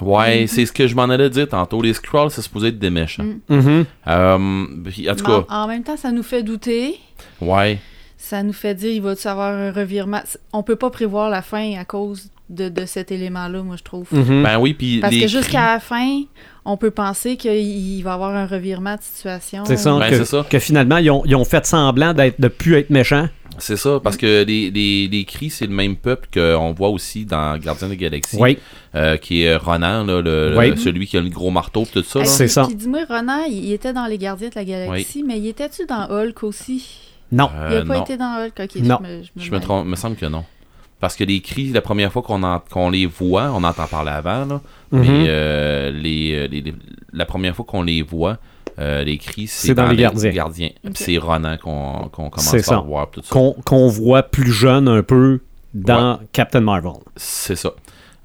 S3: Mm.
S2: Ouais, c'est ce que je m'en allais dire tantôt. Les Skrulls, c'est supposé être des méchants.
S3: Mhm.
S1: Mhm.
S2: Euh, puis, en tout
S3: Mais
S2: cas,
S3: en- en même temps, ça nous fait douter.
S2: ouais.
S3: Ça nous fait dire, il va-tu avoir un revirement? C- On peut pas prévoir la fin à cause de, de cet élément-là, moi, je trouve.
S1: Mhm.
S2: Ben oui, puis.
S3: Parce
S2: les
S3: que
S2: cris-
S3: jusqu'à la fin, on peut penser qu'il il va avoir un revirement de situation.
S1: c'est ça,
S2: Ben,
S1: que,
S2: c'est ça.
S1: que finalement, ils ont, ils ont fait semblant d'être, de plus être méchants.
S2: C'est ça,
S3: Mm.
S2: parce que les, les, les cris, c'est le même peuple qu'on voit aussi dans Gardien de la Galaxie,
S1: Oui.
S2: euh, qui est Ronan, là, le,
S1: Oui.
S2: le- celui qui a le gros marteau, pis tout ça.
S3: Hey,
S2: là.
S1: C'est
S3: Euh, puis-
S1: ça.
S3: Puis dis-moi, Ronan, il il était dans Les Gardiens de la Galaxie, mais il était-tu dans Hulk aussi?
S1: Non.
S2: Euh,
S3: il a pas
S2: non,
S3: été dans Hulk, ok.
S1: Non.
S3: Je me,
S2: je me trompe, me semble que non. Parce que les cris, la première fois qu'on en- qu'on les voit, on entend parler avant, là,
S1: Mhm.
S2: mais euh, les, les- les- la première fois qu'on les voit, euh, les cris,
S1: C'est
S2: c'est
S1: dans Les Gardiens.
S2: Puis C'est Ronan qu'on qu'on commence
S1: C'est
S2: à
S1: ça.
S2: voir, pis tout ça.
S1: Qu'on, qu'on voit plus jeune un peu dans Captain Marvel.
S2: C'est ça.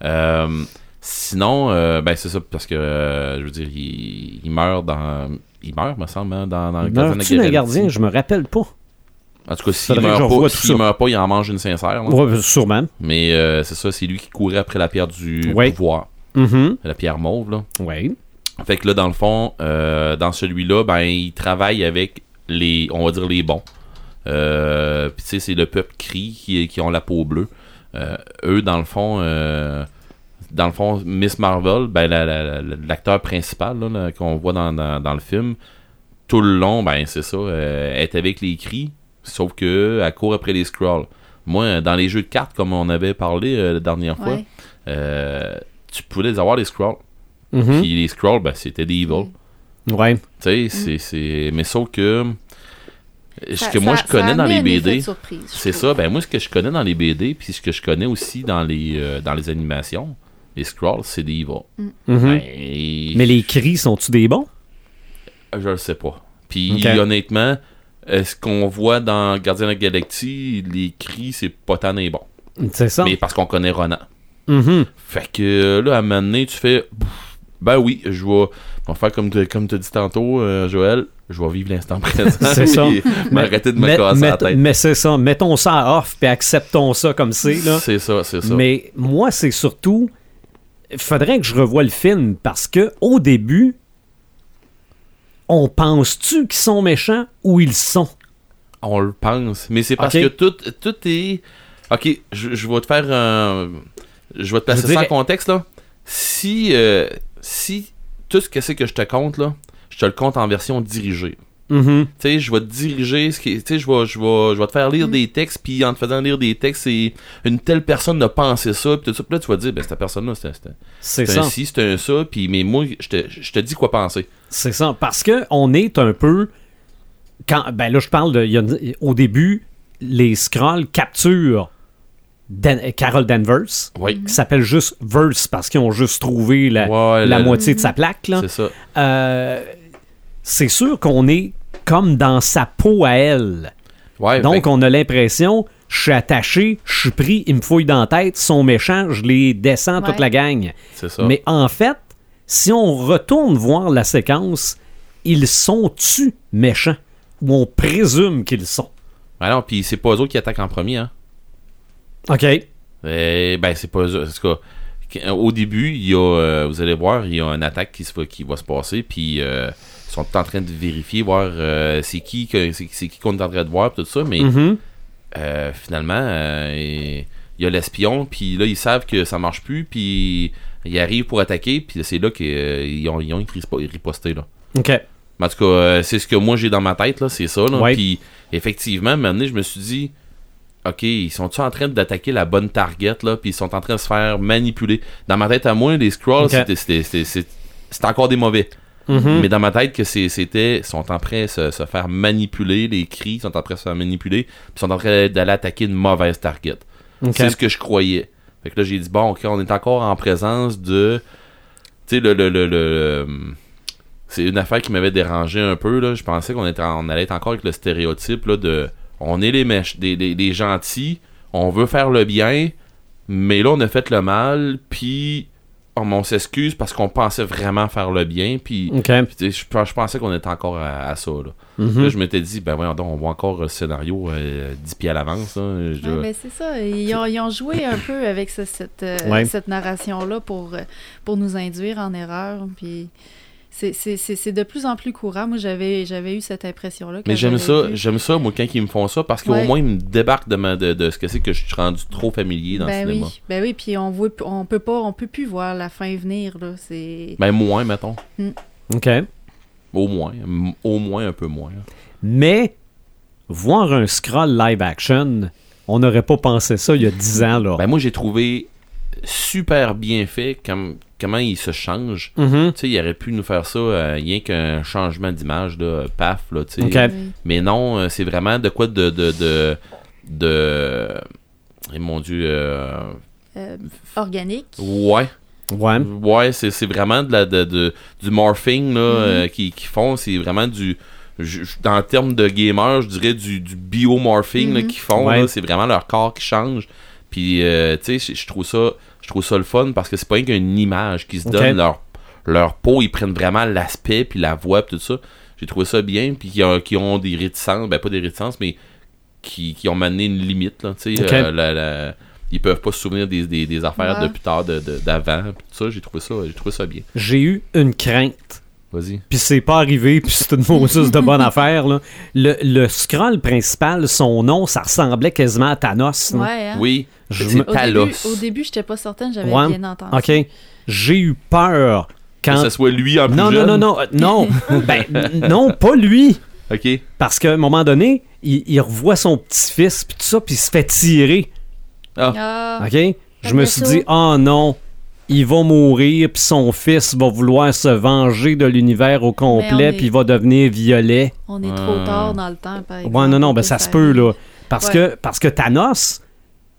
S2: Euh, sinon, euh, ben c'est ça, parce que euh, je veux dire, il, il meurt dans. Il meurt, me semble, hein, dans, dans Guardians of the
S1: Meurt-tu d'un
S2: Galaxy.
S1: gardien? Je me rappelle pas.
S2: En tout cas, s'il
S1: Faudrait que
S2: meurt
S1: je revoie
S2: pas,
S1: tout
S2: s'il
S1: ça.
S2: meurt pas, il en mange une sincère. là.
S1: Ouais, sûrement.
S2: Mais euh, c'est ça, c'est lui qui courait après la pierre du
S1: Ouais.
S2: pouvoir,
S1: Mhm.
S2: la pierre mauve. Là.
S1: Oui.
S2: Fait que là, dans le fond, euh, dans celui-là, ben il travaille avec les, on va dire les bons. Euh, Puis tu sais, c'est le peuple cri qui, qui ont la peau bleue. Euh, eux, dans le fond, euh, dans le fond, Miss Marvel, ben la- la- la- l'acteur principal là, là, qu'on voit dans, dans- dans le film, tout le long, ben c'est ça, euh, elle est avec les cris, sauf que elle court après les scrolls. Moi, dans les jeux de cartes, comme on avait parlé euh, la dernière fois,
S3: Ouais.
S2: euh, tu pouvais les avoir les scrolls.
S1: Mhm.
S2: Puis les Skrulls, ben, c'était des evil.
S1: Ouais.
S2: Tu sais,
S3: Mm.
S2: c'est, c'est... Mais sauf que... Ce
S3: Ça-
S2: que moi,
S3: ça-
S2: je connais
S3: ça
S2: dans les
S3: amène un effet de
S2: BD...
S3: surprise, je
S2: C'est
S3: trouve.
S2: ça. Ben, moi, ce que je connais dans les BD, puis ce que je connais aussi dans les, euh, dans les animations, les Skrulls, c'est des evil.
S1: Mhm.
S2: Ben,
S1: Mais les cris, sont-tu des bons?
S2: Je le sais pas. Puis
S1: Ok.
S2: honnêtement, euh, ce qu'on voit dans Gardien de la Galaxie, les cris, c'est pas tant des bons.
S1: C'est ça.
S2: Mais parce qu'on connaît Ronan.
S1: Mhm.
S2: Fait que euh, là, à un moment donné, tu fais Pff, Ben oui, je vais, je vais faire comme tu comme as dit tantôt, euh, Joël, je vais vivre l'instant présent.
S1: C'est ça.
S2: puis M'arrêter de me
S1: Mais-
S2: casser
S1: mais-
S2: la tête.
S1: Mais c'est ça, mettons ça à off et acceptons ça comme c'est. Là.
S2: C'est ça, c'est ça.
S1: Mais moi, c'est surtout. Faudrait que je revoie le film parce que au début, on pense-tu qu'ils sont méchants ou ils sont
S2: On le pense. Mais c'est parce
S1: Ok.
S2: que tout, tout est. Ok, je, je vais te faire un. Je vais te placer
S1: Je
S2: ça
S1: dirais-
S2: en contexte, là. Si, euh, si tout ce que c'est que je te compte, là, je te le compte en version dirigée.
S1: Mhm.
S2: Tu sais, je vais te diriger, ce qui est- tu sais, je vais, je vais, je vais te faire lire des textes, puis en te faisant lire des textes, c'est une telle personne a pensé ça, puis tout ça. Puis là, tu vas te dire, ben, cette personne-là, c'était c'était-
S1: C'est
S2: c'est un
S1: ça.
S2: ci, c'est un ça, puis mais moi, je te, je te dis quoi penser.
S1: C'est ça. Parce que on est un peu. Quand, ben là, je parle de. il y a- au début, les scrolls capturent Dan- euh, Carol Danvers,
S2: Oui.
S1: qui s'appelle juste Verse parce qu'ils ont juste trouvé la,
S2: Ouais,
S1: la
S2: le-
S1: moitié de sa plaque. là.
S2: C'est ça.
S1: Euh, c'est sûr qu'on est comme dans sa peau à elle.
S2: Ouais, ben, fait
S1: Donc,
S2: que-
S1: on a l'impression, je suis attaché, je suis pris, ils me fouillent dans la tête, ils sont méchants, je les descends toute
S3: Ouais.
S1: la gang.
S2: c'est ça.
S1: Mais en fait, si on retourne voir la séquence, ils sont-tu méchants? Ou on présume qu'ils sont.
S2: Ah non, puis c'est pas eux autres qui attaquent en premier, hein.
S1: OK.
S2: Eh ben, c'est pas eux autres. En tout cas, au début, il y a, euh, vous allez voir, il y a une attaque qui, se va, qui va se passer, puis euh, ils sont en train de vérifier, voir euh, c'est qui que- c'est c'est qui qu'on est en train de voir, puis tout ça, mais
S1: Mhm.
S2: euh, finalement, euh, et- il y a l'espion, puis là, ils savent que ça marche plus, puis ils arrivent pour attaquer, puis c'est là qu'ils ont, ils ont rispo- riposté, là.
S1: OK.
S2: Mais En tout cas, euh, c'est ce que moi j'ai dans ma tête, là, c'est ça. Là.
S1: Ouais.
S2: Puis effectivement, maintenant, je me suis dit, OK, ils sont-tu en train d'attaquer la bonne target, là, puis ils sont en train de se faire manipuler. Dans ma tête à moi, les scrolls,
S1: Ok.
S2: c'était- c'était- c'était c'était- c'était encore des mauvais.
S1: Mhm.
S2: Mais dans ma tête, que c'est- c'était, ils sont en train de se, se faire manipuler, les cris, ils sont en train de se faire manipuler, puis ils sont en train d'aller attaquer une mauvaise target.
S1: OK.
S2: C'est ce que je croyais. Fait que là, j'ai dit, bon, ok, on est encore en présence de. Tu sais, le. le, le, le- le- c'est une affaire qui m'avait dérangé un peu. Là. Je pensais qu'on était en- on allait être encore avec le stéréotype là, de. On est les, méch- des- des- des gentils, on veut faire le bien, mais là, on a fait le mal, puis. oh, On, on s'excuse parce qu'on pensait vraiment faire le bien, puis.
S1: OK.
S2: puis tu sais, je, pens- je pensais qu'on était encore à, à ça. Là.
S1: Mhm.
S2: Là, je m'étais dit, ben voyons donc, on voit encore le scénario euh, 10 pieds à l'avance. là. Je-
S3: Ouais, ben, c'est ça. Ils ont, ils ont joué un peu avec ce- cette, euh,
S1: Ouais.
S3: cette narration-là pour, euh, pour nous induire en erreur. Puis c'est- c'est c'est- c'est de plus en plus courant. Moi, j'avais j'avais eu cette impression-là. quand
S2: Mais j'aime
S3: j'avais
S2: ça,
S3: vu.
S2: j'aime ça, moi, quand ils me font ça, parce qu'au
S3: Ouais.
S2: moins, ils me débarquent de, ma- de, de ce que c'est que je suis rendu trop familier dans
S3: Ben
S2: le cinéma.
S3: oui, ben oui, puis on voit, on peut pas, on peut plus voir la fin venir là. C'est
S2: Ben, moins, mettons.
S1: OK.
S2: Au moins. M- Au moins, un peu moins. là.
S1: Mais voir un scroll live action, on n'aurait pas pensé ça il y a 10 ans, là.
S2: Ben, moi, j'ai trouvé super bien fait comme, comment ils se changent.
S1: Mhm.
S2: Tu sais, ils auraient pu nous faire ça euh, rien qu'un changement d'image, là, euh, paf, là, tu sais.
S1: OK.
S3: Oui.
S2: Mais non, euh, c'est vraiment de quoi de... de, de, de- eh, mon Dieu, euh,
S3: Euh, organique.
S2: ouais,
S1: Ouais. Mhm.
S2: Ouais, c'est, c'est vraiment de la, de, de- du morphing là, euh, qui, qui font. C'est vraiment du. je- je- dans le terme de gamer, je dirais du, du biomorphing là,
S3: Mhm.
S2: qu'ils font.
S1: Ouais.
S2: là. c'est vraiment leur corps qui change. Puis, euh, tu sais, je- je trouve ça. Je trouve ça le fun parce que c'est pas rien qu'une image qui se
S1: Ok.
S2: donne. Leur, leur peau, ils prennent vraiment l'aspect, puis la voix, puis tout ça. J'ai trouvé ça bien. Puis, qui ont, qui ont des réticences. Ben, pas des réticences, mais qui, qui ont mené une limite. Là, tu sais,
S1: Ok.
S2: euh, la- la- ils peuvent pas se souvenir des, des, des affaires
S3: Ouais.
S2: de plus tard, de- de- d'avant. pis tout ça, j'ai trouvé ça, j'ai trouvé ça bien.
S1: J'ai eu une crainte.
S2: Vas-y.
S1: puis c'est pas arrivé, puis c'est une mauvaise de bonne affaire. Là. Le, le scroll principal, son nom, ça ressemblait quasiment à Thanos. là.
S3: Ouais. hein.
S2: Oui,
S1: Je
S2: c'est
S1: me-
S3: Au
S2: Talos.
S3: début, au début, j'étais pas certaine, j'avais
S1: Ouais.
S3: bien entendu.
S1: OK. J'ai eu peur
S2: Que
S1: quand...
S2: ce soit lui en plus
S1: Non, non,
S2: jeune.
S1: non, non, euh, non, ben, n- non, pas lui.
S2: OK.
S1: Parce qu'à un moment donné, il, il revoit son petit-fils, puis tout ça, puis il se fait tirer.
S3: Ah,
S1: OK? Je me
S4: bien
S1: suis
S4: sûr.
S1: dit, oh non, il va mourir, puis son fils va vouloir se venger de l'univers au complet,
S3: est-
S1: puis il va devenir violet.
S3: on est trop
S2: Euh.
S3: tard dans le temps. Par exemple.
S1: Ouais, non, non, ben ça se peut, là. Parce,
S3: Ouais.
S1: que, parce que Thanos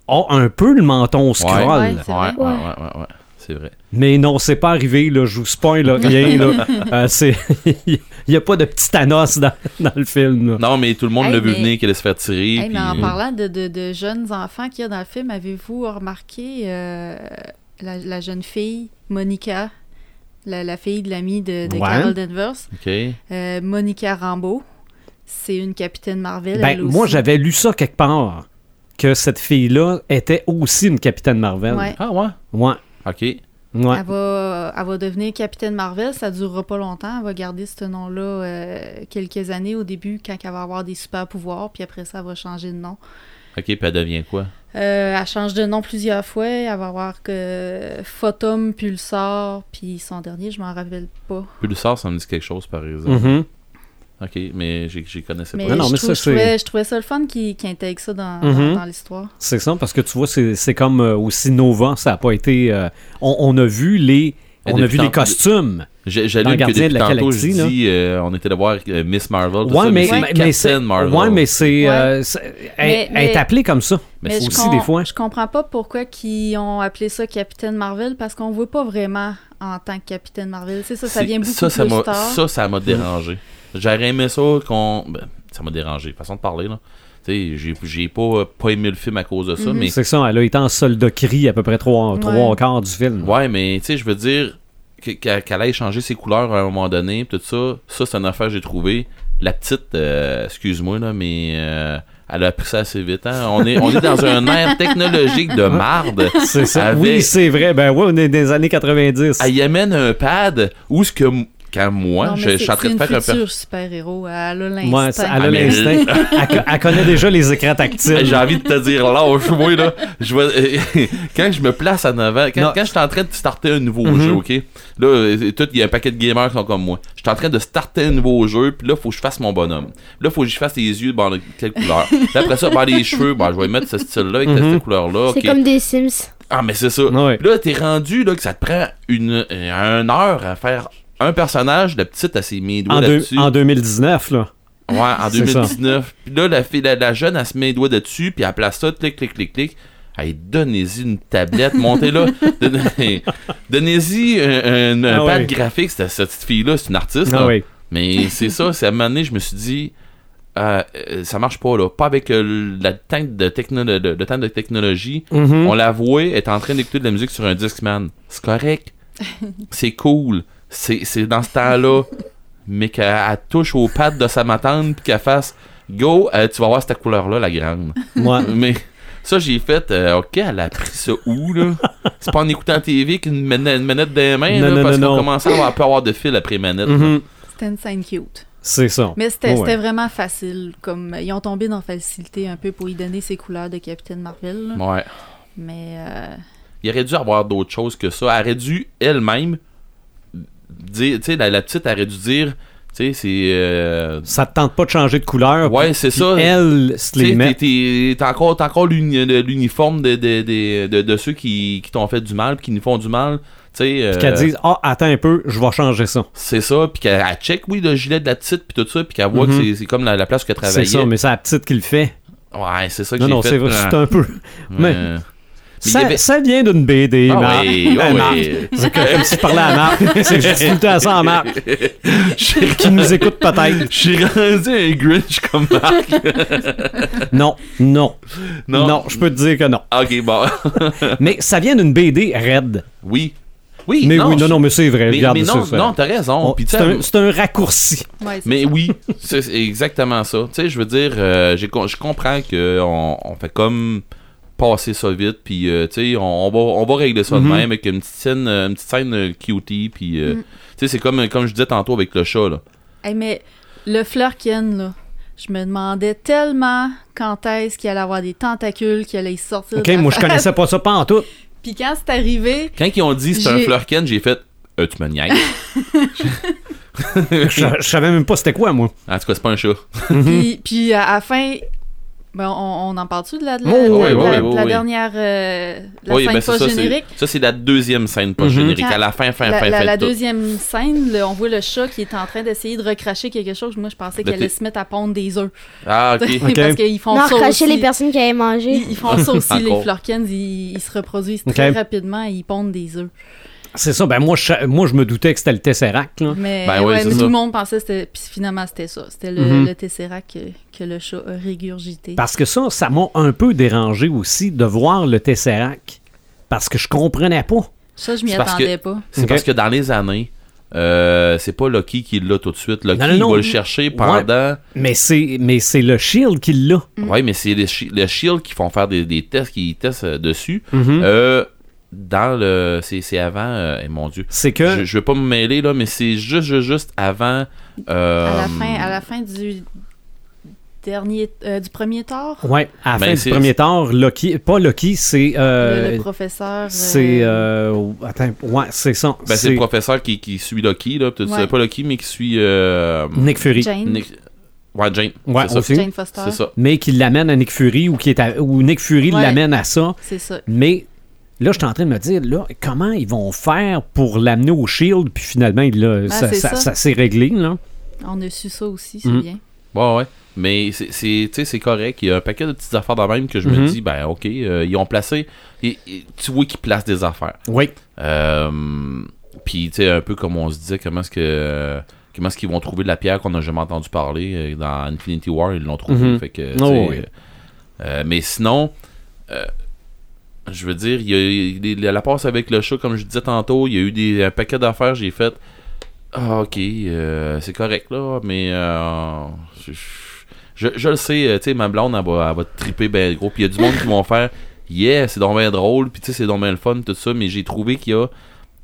S1: a un peu le menton scroll.
S3: Ouais.
S2: Ouais,
S3: c'est
S2: ouais,
S3: vrai.
S2: ouais, ouais, ouais. C'est vrai.
S1: Mais non, c'est pas arrivé, là. Je vous spoil là, rien, là. Euh, c'est- Il n'y a pas de petit Thanos dans, dans le film, là.
S2: Non, mais tout le monde
S3: Hey,
S2: l'a vu
S3: mais-
S2: venir qu'elle allait se faire tirer.
S3: Hey, mais en
S1: euh,
S2: puis-
S3: parlant de, de- de jeunes enfants qu'il y a dans le film, avez-vous remarqué euh, la, la jeune fille, Monica, la, la fille de l'ami de, de
S1: Ouais.
S3: Carol Danvers,
S2: OK.
S3: euh, Monica Rambeau, c'est une capitaine Marvel.
S1: Ben,
S3: elle
S1: moi,
S3: aussi.
S1: j'avais lu ça quelque part, que cette fille-là était aussi une Capitaine Marvel.
S3: Ouais. Ah.
S2: Ah ouais?
S1: Ouais.
S2: OK.
S1: Ouais.
S3: Elle va, elle va devenir capitaine Marvel, ça durera pas longtemps. Elle va garder ce nom-là euh, quelques années au début quand elle va avoir des super pouvoirs, puis après ça, elle va changer de nom.
S2: OK, puis elle devient quoi?
S3: Euh, elle change de nom plusieurs fois. Elle va avoir que Photum, Pulsar, puis son dernier, je m'en rappelle pas.
S2: Pulsar, ça me dit quelque chose, par exemple.
S1: Mhm.
S2: Ok, mais j'ai- j'y connaissais
S3: Mais,
S2: pas.
S1: Non, non,
S3: je,
S1: mais
S3: trouve-
S1: ça,
S3: je trouvais,
S1: c'est-
S3: je trouvais ça le fun qui intègre ça dans,
S1: Mhm.
S2: Mm-hmm.
S3: dans- dans l'histoire.
S1: C'est ça, parce que tu vois, c'est c'est comme euh, aussi Nova, ça n'a pas été. euh, on, on a vu les.
S2: Mais
S1: On a
S2: depuis
S1: vu les
S2: tant-
S1: costumes.
S2: J'ai-
S1: Dans
S2: J'allume que
S1: Gardien
S2: depuis
S1: de la
S2: tantôt, je
S1: Galaxie,
S2: dis, euh, on était là voir euh, Miss Marvel, tout
S1: Ouais,
S2: ça,
S1: mais,
S2: mais,
S1: mais-
S2: c'est
S1: mais c'est
S2: Captain Marvel.
S1: ouais, mais c'est,
S3: Ouais.
S1: euh, c'est- elle,
S3: Mais-
S1: elle est
S3: mais-
S1: appelée comme ça
S2: Mais
S3: Mais
S2: Ben, c'est
S3: je
S1: aussi
S3: com-
S1: des
S2: hein.
S1: fois.
S3: Je comprends pas pourquoi ils ont appelé ça Capitaine Marvel parce qu'on voit pas vraiment en tant que Capitaine Marvel. C'est ça, ça
S2: C'est-
S3: vient beaucoup
S2: ça, ça
S3: plus
S2: m'a-
S3: tard.
S2: Ça, ça m'a dérangé. J'aurais aimé ça qu'on... ben, ça m'a dérangé, façon de parler, là. Tu sais, j'ai- j'ai pas, euh, pas aimé le film à cause de ça,
S3: Mhm.
S2: mais...
S1: C'est ça, elle a été en soldat cri à peu près trois,
S3: Ouais.
S1: trois quarts du film.
S2: Ouais, mais tu sais, je veux dire que- que- qu'elle ait changé ses couleurs à un moment donné, pis tout ça, ça, c'est une affaire que j'ai trouvé. La petite, euh, excuse-moi, là, mais... euh, elle a pris ça assez vite, hein. On est, on est dans un air technologique de marde.
S1: C'est ça.
S2: Avec-
S1: Oui, c'est vrai. Ben ouais, on est des années 90.
S2: Elle y amène un pad où ce que m- quand moi
S3: Non, mais
S2: je, je
S3: c'est-
S2: suis en train de
S3: c'est
S2: faire un
S3: une
S2: per-
S3: future super-héros. Elle a
S1: Ouais,
S3: l'instinct.
S1: ça- elle a
S2: Ah, mais-
S1: l'instinct. elle, co- elle connaît déjà les écrans tactiles.
S2: j'ai envie de te dire lâche-moi là je vais- euh, quand je me place en avant
S1: Non.
S2: quand, quand je suis en train de starter un nouveau
S1: Mhm.
S2: jeu ok là euh, tout il y a un paquet de gamers qui sont comme moi je suis en train de starter un nouveau jeu puis là faut que je fasse mon bonhomme là faut que je fasse les yeux dans le- quelle couleur puis après ça ben, les cheveux ben, je vais mettre ce style là avec cette- cette couleur là
S4: C'est comme des Sims.
S2: Ah, mais c'est ça.
S1: Mm-hmm. Ouais.
S2: Puis Là, t'es rendu là, que ça te prend une, euh, une heure à faire un personnage. La petite, elle s'est mis les doigts
S1: en, deux-
S2: là-dessus.
S1: en 2019, là.
S2: Ouais, en
S1: C'est ça.
S2: 2019. Puis là, la, fille, la, la jeune, elle se met les doigts dessus, puis elle place ça, clic, clic, clic, clic. Hey, donnez-y une tablette, montez-la. Donnez- Donnez-y un, un, un
S1: Ah
S2: pad
S1: oui.
S2: graphique. Cette, cette petite fille-là, c'est une artiste.
S1: Ah
S2: là.
S1: oui.
S2: Mais c'est ça, c'est à un moment donné, je me suis dit, euh, euh, ça marche pas, là. Pas avec euh, la tank de technolo- le, le temps de technologie.
S1: Mhm.
S2: On l'a avoué, est en train d'écouter de la musique sur un Discman. C'est correct. c'est cool. C'est c'est dans ce temps-là. Mais qu'elle elle touche aux pattes de sa matante puis qu'elle fasse Go, euh, tu vas voir cette couleur-là, la grande.
S1: Ouais.
S2: Mais ça, j'ai fait euh, Ok, elle a pris ça où, là C'est pas en écoutant TV qu'une manette, une manette des mains,
S1: Non,
S2: là,
S1: non,
S2: parce
S1: non,
S2: qu'on
S1: non.
S2: commençait à avoir, peut avoir de fil après manette. là.
S1: Mhm.
S3: C'était une scène cute.
S1: C'est ça.
S3: Mais c'était
S1: Ouais.
S3: c'était vraiment facile. Comme, ils ont tombé dans facilité un peu pour y donner ses couleurs de Capitaine Marvel. là.
S1: Hmm.
S2: Ouais.
S3: Mais euh,
S2: Il aurait dû avoir d'autres choses que ça. Elle aurait dû elle-même dire, tu sais, la, la petite elle aurait dû dire, tu sais, c'est. euh,
S1: Ça te tente pas de changer de couleur.
S2: ouais, c'est
S1: puis
S2: ça.
S1: Elle se
S2: Tu sais,
S1: les
S2: t'es-
S1: met.
S2: t'es t'es encore, t'es encore l'uni- le- l'uniforme de, de, de, de- de ceux qui, qui t'ont fait du mal, puis qui nous font du mal. Tu sais, euh,
S1: Puis qu'elle dise Ah, attends un peu, je vais changer ça.
S2: c'est ça, puis qu'elle elle check, oui, le gilet de la petite, puis tout ça, puis qu'elle voit
S1: Mhm.
S2: que c'est- c'est comme la, la place qu'elle
S1: C'est
S2: travaillait.
S1: ça, mais c'est la petite qui le fait.
S2: Ouais, c'est ça que
S1: Non,
S2: j'ai
S1: non,
S2: fait.
S1: c'est vrai,
S2: Ah,
S1: c'est un peu. Mais
S2: euh, il y
S1: ça,
S2: avait-
S1: ça vient d'une BD,
S2: ah
S1: Marc.
S2: ouais, ah
S1: Euh, Marc.
S2: ouais.
S1: C'est comme si je parlais à Marc. C'est que je dis tout le temps ça à Marc, qui nous écoute peut-être.
S2: Je suis rendu un Grinch comme Marc.
S1: Non, non,
S2: Non.
S1: non. je peux te dire que non.
S2: ok, bon.
S1: Mais ça vient d'une BD raide.
S2: Oui. Oui,
S1: Mais
S2: non,
S1: oui,
S2: je-
S1: non, non, mais c'est vrai.
S2: Mais,
S1: regarde
S2: mais non,
S1: ça, ça.
S2: non, t'as raison.
S1: On-
S2: Puis, tu
S1: c'est,
S2: sais,
S1: un, c'est un raccourci.
S3: ouais, c'est
S2: mais
S3: ça.
S2: oui, c'est c'est exactement ça. Tu sais, je veux dire, euh, j'ai con- je comprends qu'on on fait comme passer ça vite, puis euh, tu sais, on, on va, on va régler ça
S1: Mhm.
S2: de même avec une petite scène, euh, une petite scène euh, cutie, puis euh,
S3: Mm.
S2: tu sais, c'est comme, comme je disais tantôt avec le chat, là.
S3: Hey, mais le Flurken, là, je me demandais tellement quand est-ce qu'il allait avoir des tentacules, qu'il allait sortir.
S1: Ok,
S3: de la
S1: moi je
S3: face.
S1: connaissais pas ça pas en tout.
S3: Puis quand c'est arrivé,
S2: Quand ils ont dit c'est un
S3: J'ai-
S2: flurken, j'ai fait, euh, tu me niaises.
S1: Je, je savais même pas c'était quoi moi.
S2: en tout cas, c'est pas un chat.
S3: puis, puis à la fin. Ben, on, on en parle-tu de la, de la,
S1: Oui,
S3: de la-
S1: oui,
S3: de la-
S2: oui,
S3: de la
S2: oui.
S3: dernière euh, la
S2: oui,
S3: scène
S2: ben c'est ça. c'est-
S3: post-générique?
S2: Ça, c'est la deuxième scène pas
S1: Mhm.
S2: générique.
S3: Quand-
S2: À la fin, fin,
S3: La,
S2: fin,
S3: la-
S2: fin.
S3: la
S2: de tout.
S3: deuxième scène, là, on voit le chat qui est en train d'essayer de recracher quelque chose. Moi, je pensais
S2: Le
S3: qu'elle allait
S2: thé.
S3: se mettre à pondre des œufs.
S2: Ah, Ben, ok.
S1: Ok.
S3: Parce qu'ils font
S4: Non,
S3: ça aussi.
S4: recracher les personnes qui avaient mangé.
S3: Ils, ils font ça aussi, les
S2: Encore.
S3: Florkens. Ils, ils se reproduisent très
S1: Ok.
S3: rapidement et ils pondent des œufs.
S1: C'est ça, ben moi je, sa- moi, je me doutais que c'était le Tesseract. là.
S3: Mais,
S2: Ben oui,
S3: ouais,
S2: c'est
S3: mais
S2: ça.
S3: tout le monde pensait que c'était. Puis finalement, c'était ça. C'était le,
S1: Mhm.
S3: le Tesseract que, que le chat a régurgité.
S1: Parce que ça, ça m'a un peu dérangé aussi de voir le Tesseract. Parce que je comprenais pas.
S3: Ça, je m'y
S2: C'est parce
S3: attendais pas.
S2: C'est
S1: Ok.
S2: parce que dans les années, euh, c'est pas Lucky qui l'a tout de suite. Lucky
S1: Non, non, non.
S2: il va le chercher pendant.
S1: Mais c'est, mais c'est le Shield qui l'a.
S2: Ouais, mais c'est les shi- le Shield qui font faire des, des tests, qui testent euh, dessus.
S1: Mhm.
S2: Euh, dans le. C'est c'est avant. euh, eh, mon Dieu.
S1: C'est que.
S2: Je, je veux pas me mêler, là, mais c'est juste, juste, juste avant. euh,
S3: À, la fin, à la fin du dernier, euh, du premier Thor.
S1: Ouais, à la
S2: Ben,
S1: fin
S2: c'est-
S1: du premier Thor, Loki, pas Loki, c'est. euh,
S3: le, le professeur. euh,
S1: c'est. euh, attends, ouais, c'est ça.
S2: Ben, c'est le professeur qui, qui suit Loki, là. Peut-être
S3: Ouais.
S2: c'est pas Loki, mais qui suit. euh,
S1: Nick Fury.
S3: Jane.
S2: Nick- Ouais, Jane.
S1: Ouais,
S2: c'est ça.
S1: aussi.
S3: Jane Foster.
S2: C'est ça.
S1: Mais qui l'amène à Nick Fury ou, qui est à- ou Nick Fury
S3: Ouais.
S1: l'amène à ça.
S3: C'est ça.
S1: Mais là, je suis en train de me dire, là, comment ils vont faire pour l'amener au Shield? Puis finalement, il l'a- ça,
S3: Ah, c'est
S1: ça-
S3: ça.
S1: ça s'est réglé, là.
S3: On a su ça aussi, c'est
S2: Mhm.
S1: Mm.
S3: bien.
S2: Ouais, ouais. Mais c'est- c'est tu sais, c'est correct. Il y a un paquet de petites affaires de même que je
S1: Mhm.
S2: me dis, ben, ok, euh, ils ont placé. et- et tu vois qu'ils placent des affaires.
S1: Oui.
S2: Euh, Puis, tu sais, un peu comme on se disait, comment est-ce que. euh, Comment est-ce qu'ils vont trouver de la pierre qu'on n'a jamais entendu parler euh, dans Infinity War Ils l'ont trouvé.
S1: Mhm.
S2: Fait que,
S1: Oh,
S2: tu sais,
S1: oui.
S2: euh, mais sinon, euh, je veux dire, il y a eu les- la passe avec le chat, comme je disais tantôt, il y a eu des, un paquet d'affaires, j'ai fait. Ah, ok, euh, c'est correct là, mais euh, je, je, je le sais, euh, tu sais, ma blonde, elle va, elle va triper ben gros. Puis il y a du monde qui vont faire, yeah, c'est donc bien drôle, puis tu sais, c'est donc bien le fun, tout ça, mais j'ai trouvé qu'il y a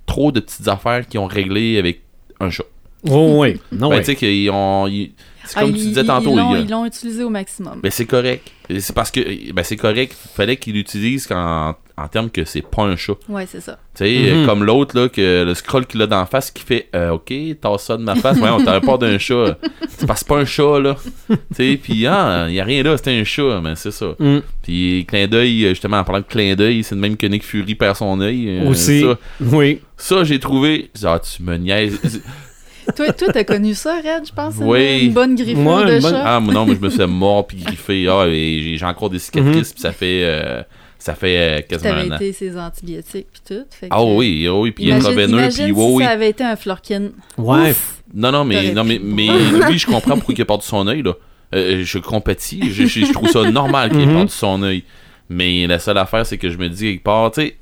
S2: trop de petites affaires qui ont réglé avec un chat.
S1: Oh, oui. Non,
S2: Ben,
S1: oui.
S2: tu sais, qu'ils ont. ils- C'est
S3: Ah,
S2: comme
S3: ils-
S2: tu disais
S3: ils-
S2: tantôt,
S3: ils l'ont-
S2: il y a-
S3: Ils l'ont utilisé au maximum.
S2: ben c'est correct. Et C'est parce que ben c'est correct. Fallait qu'il l'utilise en, en termes que c'est pas un chat. Tu
S3: Ouais, c'est ça.
S2: sais,
S1: Mhm.
S2: euh, comme l'autre là, que le scroll qu'il a dans la face qui fait euh, OK, tasse ça de ma face. Ouais, on t'avait pas d'un chat. C'est parce que c'est pas un chat là. tu sais, puis ah, y a rien là, c'était un chat, mais c'est ça.
S1: Mm.
S2: Puis clin d'œil, euh, justement, en parlant de clin d'œil, c'est le même que Nick Fury perd son œil. euh,
S1: Aussi.
S2: Ça,
S1: Oui.
S2: ça, j'ai trouvé. Ah, tu me niaises.
S3: Toi, toi, t'as connu ça, Red, je pense. une-
S2: Oui.
S3: Une bonne griffure
S1: Ouais, une
S3: de
S1: bonne-
S3: chat.
S2: Ah, moi, non, mais je me suis mort puis griffé. Ah, et j'ai- j'ai encore des
S1: Mhm.
S2: cicatrices, puis ça fait, euh, ça fait euh, quasiment
S3: T'avais
S2: un an.
S3: été ses antibiotiques puis tout. fait
S2: Ah
S3: que-
S2: oui, oui, puis il est
S3: Imagine,
S2: reveneux,
S3: imagine
S2: puis oui,
S3: si
S2: oui.
S3: ça avait été un florkin.
S1: Ouais.
S3: Ouf.
S2: Non, non, mais,
S3: T'aurais
S2: non, mais,
S3: pu.
S2: mais lui, je comprends pourquoi il a perdu son œil, là. Euh, je compatis, je, je- je trouve ça normal qu'il ait
S1: Mhm.
S2: perdu son œil. Mais la seule affaire, c'est que je me dis, il part, tu sais,